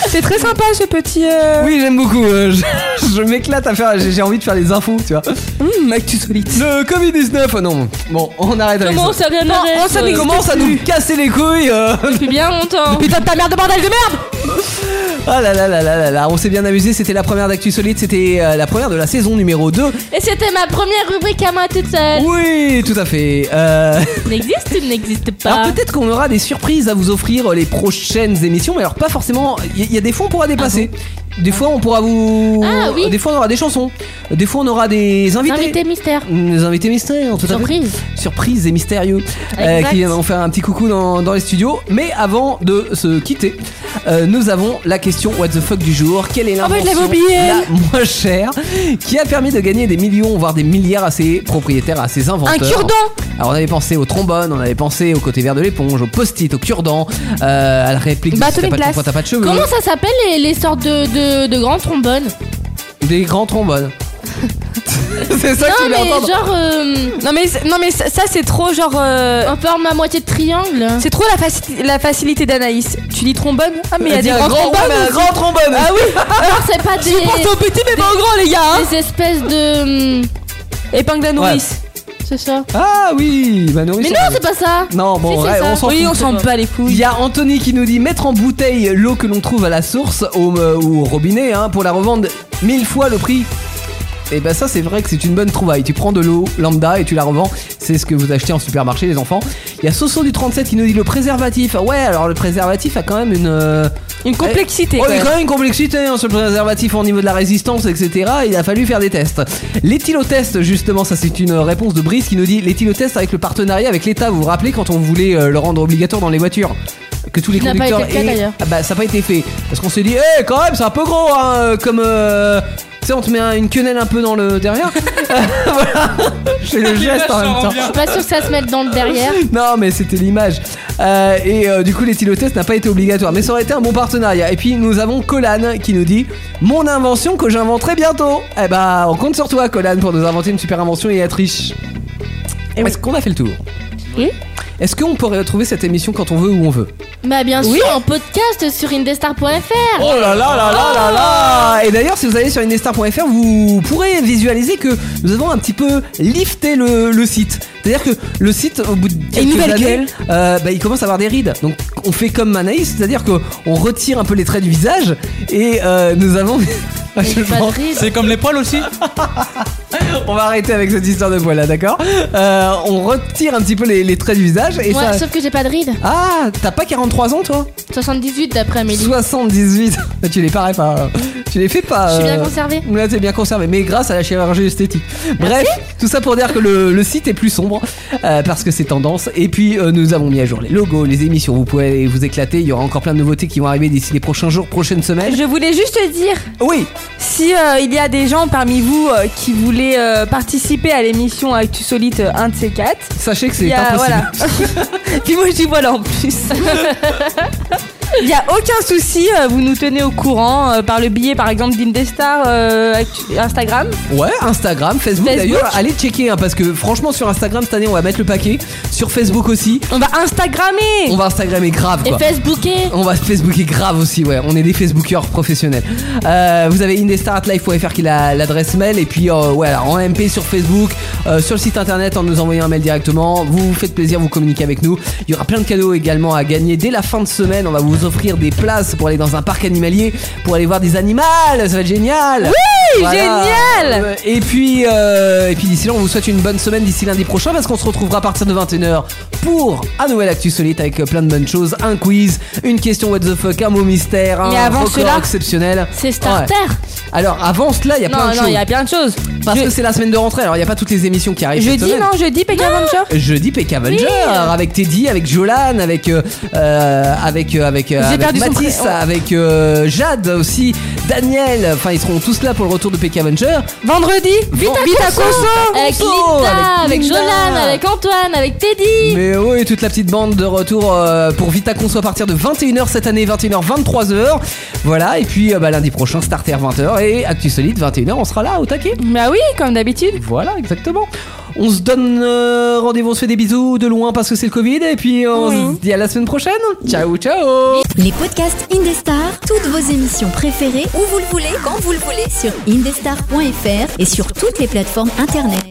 [SPEAKER 3] c'est très sympa ce petit. Euh...
[SPEAKER 2] Oui, j'aime beaucoup. euh, *laughs* je je m'éclate à faire. J'ai j'ai envie de faire les infos, tu vois.
[SPEAKER 3] Hum, actu solide.
[SPEAKER 2] Le Covid-19, oh non. Bon, on arrête avec
[SPEAKER 5] Comment
[SPEAKER 2] ça.
[SPEAKER 5] ça vient de Euh,
[SPEAKER 3] on s'en est-
[SPEAKER 5] reste
[SPEAKER 2] Commence à nous casser les couilles. euh. *laughs*
[SPEAKER 5] depuis bien longtemps.
[SPEAKER 3] Putain de ta mère de bordel de merde
[SPEAKER 2] Ah là là là là là là. On s'est bien amusé. C'était la première d'Actu Solide. C'était euh, la première de la saison numéro 2.
[SPEAKER 5] Et c'était ma première rubrique à moi toute seule.
[SPEAKER 2] Oui, tout à fait. Euh.
[SPEAKER 5] N'existe ou n'existe pas
[SPEAKER 2] Alors peut-être qu'on aura des surprises à vous offrir euh, les prochaines émissions, mais alors pas forcément. Il y, a des fois on pourra dépasser. des fois on pourra vous.
[SPEAKER 5] Ah, oui.
[SPEAKER 2] Des fois on aura des chansons. Des fois on aura des invités.
[SPEAKER 5] Invité mystère.
[SPEAKER 2] Des invités mystères, tout à fait.
[SPEAKER 5] Surprise.
[SPEAKER 2] Surprise et mystérieux. euh,
[SPEAKER 5] Exact.
[SPEAKER 2] qui viendront faire un petit coucou dans, dans les studios. Mais avant de se quitter, euh, nous avons la question What the fuck du jour. Quelle est
[SPEAKER 3] Oh, mais je
[SPEAKER 2] l'invention
[SPEAKER 3] l'avais oublié.
[SPEAKER 2] la moins chère qui a permis de gagner des millions, voire des milliards à ses propriétaires, à ses inventeurs
[SPEAKER 3] Un cure-dent
[SPEAKER 2] alors on avait pensé au trombone, on avait pensé au côté vert de l'éponge, au post-it, au cure-dent, euh, à la réplique de
[SPEAKER 3] Bâton
[SPEAKER 2] si t'as
[SPEAKER 3] et
[SPEAKER 2] pas de
[SPEAKER 3] Bah, glace.
[SPEAKER 2] shampoing, t'as pas de cheveux.
[SPEAKER 5] Comment ça s'appelle les, les sortes de, de, de grands trombones
[SPEAKER 2] hein. Des grands
[SPEAKER 3] *laughs*
[SPEAKER 2] trombones. c'est ça que tu
[SPEAKER 5] Non
[SPEAKER 2] voulais
[SPEAKER 5] mais
[SPEAKER 2] entendre.
[SPEAKER 5] genre euh,
[SPEAKER 3] Non mais, c'est- non, mais ça, ça, c'est trop genre. euh,
[SPEAKER 5] en forme à moitié de triangle.
[SPEAKER 3] C'est trop la, faci- la facilité d'Anaïs. Tu dis trombone Ah mais il y a des
[SPEAKER 2] Dire
[SPEAKER 3] grands
[SPEAKER 2] grand
[SPEAKER 3] trombones
[SPEAKER 2] trombone,
[SPEAKER 3] aussi.
[SPEAKER 2] un grand trombone.
[SPEAKER 3] Ah oui
[SPEAKER 5] Alors c'est pas des,
[SPEAKER 3] Pensez aux petits mais pas aux grands les gars hein
[SPEAKER 5] des espèces de hum,
[SPEAKER 3] Épingle à nourrice.
[SPEAKER 5] c'est ça.
[SPEAKER 2] Ah oui, bah
[SPEAKER 5] Mais
[SPEAKER 2] nourrisson.
[SPEAKER 5] non c'est pas ça.
[SPEAKER 2] Non, bon,
[SPEAKER 5] Si, c'est
[SPEAKER 2] ouais,
[SPEAKER 5] ça.
[SPEAKER 2] Euh, on s'en
[SPEAKER 3] Oui,
[SPEAKER 2] fout.
[SPEAKER 3] on s'en bat les
[SPEAKER 2] Il
[SPEAKER 3] couilles.
[SPEAKER 2] y a Anthony qui nous dit mettre en bouteille l'eau que l'on trouve à la source au, euh, ou au robinet hein, pour la revendre mille fois le prix. Et ben ça c'est vrai que c'est une bonne trouvaille. Tu prends de l'eau lambda et tu la revends. C'est ce que vous achetez en supermarché les enfants. Il y a Soso du 37 qui nous dit le préservatif. Ah Ouais alors le préservatif a quand même une... euh,
[SPEAKER 3] Une complexité.
[SPEAKER 2] Oh, il y a
[SPEAKER 3] quand
[SPEAKER 2] quand même une complexité hein, sur le préservatif au niveau de la résistance, etc. Il a fallu faire des tests. L'éthylotest, justement, ça c'est une euh, réponse de Brice qui nous dit l'éthylotest avec le partenariat avec l'État. Vous vous rappelez quand on voulait euh, le rendre obligatoire dans les voitures que tous les
[SPEAKER 5] Il n'a pas
[SPEAKER 2] conducteurs
[SPEAKER 5] été fait,
[SPEAKER 2] aient-
[SPEAKER 5] d'ailleurs.
[SPEAKER 2] Ah bah ça n'a pas été fait parce qu'on s'est dit eh quand même c'est un peu gros hein, euh, comme euh, sais, on te met un- une quenelle un peu dans le derrière. *laughs* voilà. Je fais le geste en même temps.
[SPEAKER 5] Je suis pas sûr que ça se mette dans le derrière.
[SPEAKER 2] *laughs* Non, mais c'était l'image. Euh, et euh, du coup, l'éthylotest n'a pas été obligatoire, mais ça aurait été un bon partenariat. Et puis, nous avons Colan qui nous dit Mon invention que j'inventerai bientôt. Eh bah, on compte sur toi, Colan, pour nous inventer une super invention et être riche. Est-ce qu'on a fait le tour
[SPEAKER 5] Eh Oui.
[SPEAKER 2] Est-ce qu'on pourrait retrouver cette émission quand on veut où on veut
[SPEAKER 5] Bah bien sûr, en podcast sur indestar.fr.
[SPEAKER 2] Oh là là là là là là Et d'ailleurs, si vous allez sur indestar.fr, vous pourrez visualiser que nous avons un petit peu lifté le, le site. C'est-à-dire que le site, au bout de quelques
[SPEAKER 3] nouvelle
[SPEAKER 2] années,
[SPEAKER 3] gueule.
[SPEAKER 2] euh, bah, il commence à avoir des rides. Donc, on fait comme Manaïs, c'est-à-dire qu'on retire un peu les traits du visage et euh, nous avons. *laughs* Ah, Je
[SPEAKER 5] Pas
[SPEAKER 2] pense-
[SPEAKER 5] de rire.
[SPEAKER 4] C'est comme les poils aussi
[SPEAKER 2] on va arrêter avec cette histoire de poils là, d'accord Euh, On retire un petit peu les, les traits du visage et
[SPEAKER 5] Ouais,
[SPEAKER 2] ça.
[SPEAKER 5] sauf que j'ai pas de ride.
[SPEAKER 2] Ah, t'as pas 43 ans toi
[SPEAKER 5] 78 d'après Amélie.
[SPEAKER 2] 78 *laughs* Tu les parais pas. euh, Tu les fais pas.
[SPEAKER 5] Je suis bien
[SPEAKER 2] euh,
[SPEAKER 5] conservée.
[SPEAKER 2] Là, t'es bien conservé, mais grâce à la chirurgie esthétique. Bref, tout ça pour dire que le, le site est plus sombre euh, parce que c'est tendance. Et puis, euh, nous avons mis à jour les logos, les émissions. Vous pouvez aller vous éclater. Il y aura encore plein de nouveautés qui vont arriver d'ici les prochains jours, prochaines semaines.
[SPEAKER 3] Je voulais juste te dire,
[SPEAKER 2] Oui,
[SPEAKER 3] si euh, il y a des gens parmi vous euh, qui voulaient euh, participer à l'émission Actu Solite euh, un de ces quatre, *laughs*
[SPEAKER 2] sachez que
[SPEAKER 3] il
[SPEAKER 2] c'est
[SPEAKER 3] y a,
[SPEAKER 2] impossible.
[SPEAKER 3] voilà. Puis moi je dis voilà en
[SPEAKER 2] *laughs*
[SPEAKER 3] plus. Il n'y a aucun souci, euh, vous nous tenez au courant euh, par le billet par exemple d'Indestar euh, Actu- Instagram.
[SPEAKER 2] *laughs* Ouais, Instagram, Facebook,
[SPEAKER 3] Facebook.
[SPEAKER 2] d'ailleurs, allez checker hein, parce que franchement, sur Instagram cette année, on va mettre le paquet. Sur Facebook aussi,
[SPEAKER 3] On va Instagrammer
[SPEAKER 2] on va Instagrammer grave
[SPEAKER 5] Et
[SPEAKER 2] quoi.
[SPEAKER 5] Facebooker.
[SPEAKER 2] On va se Facebooker grave aussi, ouais. On est des Facebookers professionnels. Euh, vous avez indestaratlife.fr qui est la- l'adresse mail. Et puis, euh, ouais, alors, en MP sur Facebook, euh, sur le site internet, en nous envoyant un mail directement. Vous vous faites plaisir, vous communiquez avec nous. Il y aura plein de cadeaux également à gagner. Dès la fin de semaine, on va vous offrir des places pour aller dans un parc animalier, pour aller voir des animaux. Ça va être génial. Oui,
[SPEAKER 3] génial
[SPEAKER 2] Et puis, euh, et puis d'ici là, on vous souhaite une bonne semaine d'ici lundi prochain parce qu'on se retrouvera à partir de 21h pour un nouvel Actu Solite avec euh, plein de bonnes choses, un quiz, une question what the fuck, un mot mystère, un
[SPEAKER 3] Mais avant
[SPEAKER 2] record
[SPEAKER 3] cela,
[SPEAKER 2] exceptionnel.
[SPEAKER 5] C'est starter.
[SPEAKER 2] Ouais. Alors avant cela, il y a plein
[SPEAKER 3] Non,
[SPEAKER 2] de
[SPEAKER 3] non, il
[SPEAKER 2] choses.
[SPEAKER 3] y a plein de choses.
[SPEAKER 2] Parce
[SPEAKER 3] Je-
[SPEAKER 2] que c'est la semaine de rentrée, alors il n'y a pas toutes les émissions qui arrivent. cette
[SPEAKER 3] Jeudi,
[SPEAKER 2] semaine.
[SPEAKER 3] non, jeudi, Peggy Avenger
[SPEAKER 2] Jeudi, Peck Avenger avec Teddy, avec Jolan, avec euh, euh, avec euh, avec, euh,
[SPEAKER 3] J'ai
[SPEAKER 2] avec
[SPEAKER 3] perdu son
[SPEAKER 2] Matisse,
[SPEAKER 3] prénom.
[SPEAKER 2] avec euh, Jade aussi, Daniel. Enfin, ils seront tous là pour le retour de Peck Avenger.
[SPEAKER 3] Vendredi, vite à, Cosso
[SPEAKER 5] Avec
[SPEAKER 2] Conso,
[SPEAKER 5] Linda,
[SPEAKER 2] Ah, avec
[SPEAKER 5] Euh, avec
[SPEAKER 2] Linda.
[SPEAKER 5] Jolan, avec Antoine, avec Teddy.
[SPEAKER 2] Mais oui, toute la petite bande de retour euh, pour Vita Conso à partir de 21h cette année, 21h, 23h. Voilà, et puis euh, bah, lundi prochain, Starter 20h et Actu Solide 21h, on sera là au taquet.
[SPEAKER 3] Bah oui, comme d'habitude.
[SPEAKER 2] Voilà, exactement. On se donne euh, rendez-vous, on se fait des bisous de loin parce que c'est le Covid, et puis euh, on
[SPEAKER 3] Oui.
[SPEAKER 2] se dit à la semaine prochaine. Ciao, ciao
[SPEAKER 1] Les podcasts Indestar, toutes vos émissions préférées, où vous le voulez, quand vous le voulez, sur indestar.fr et sur toutes les plateformes internet.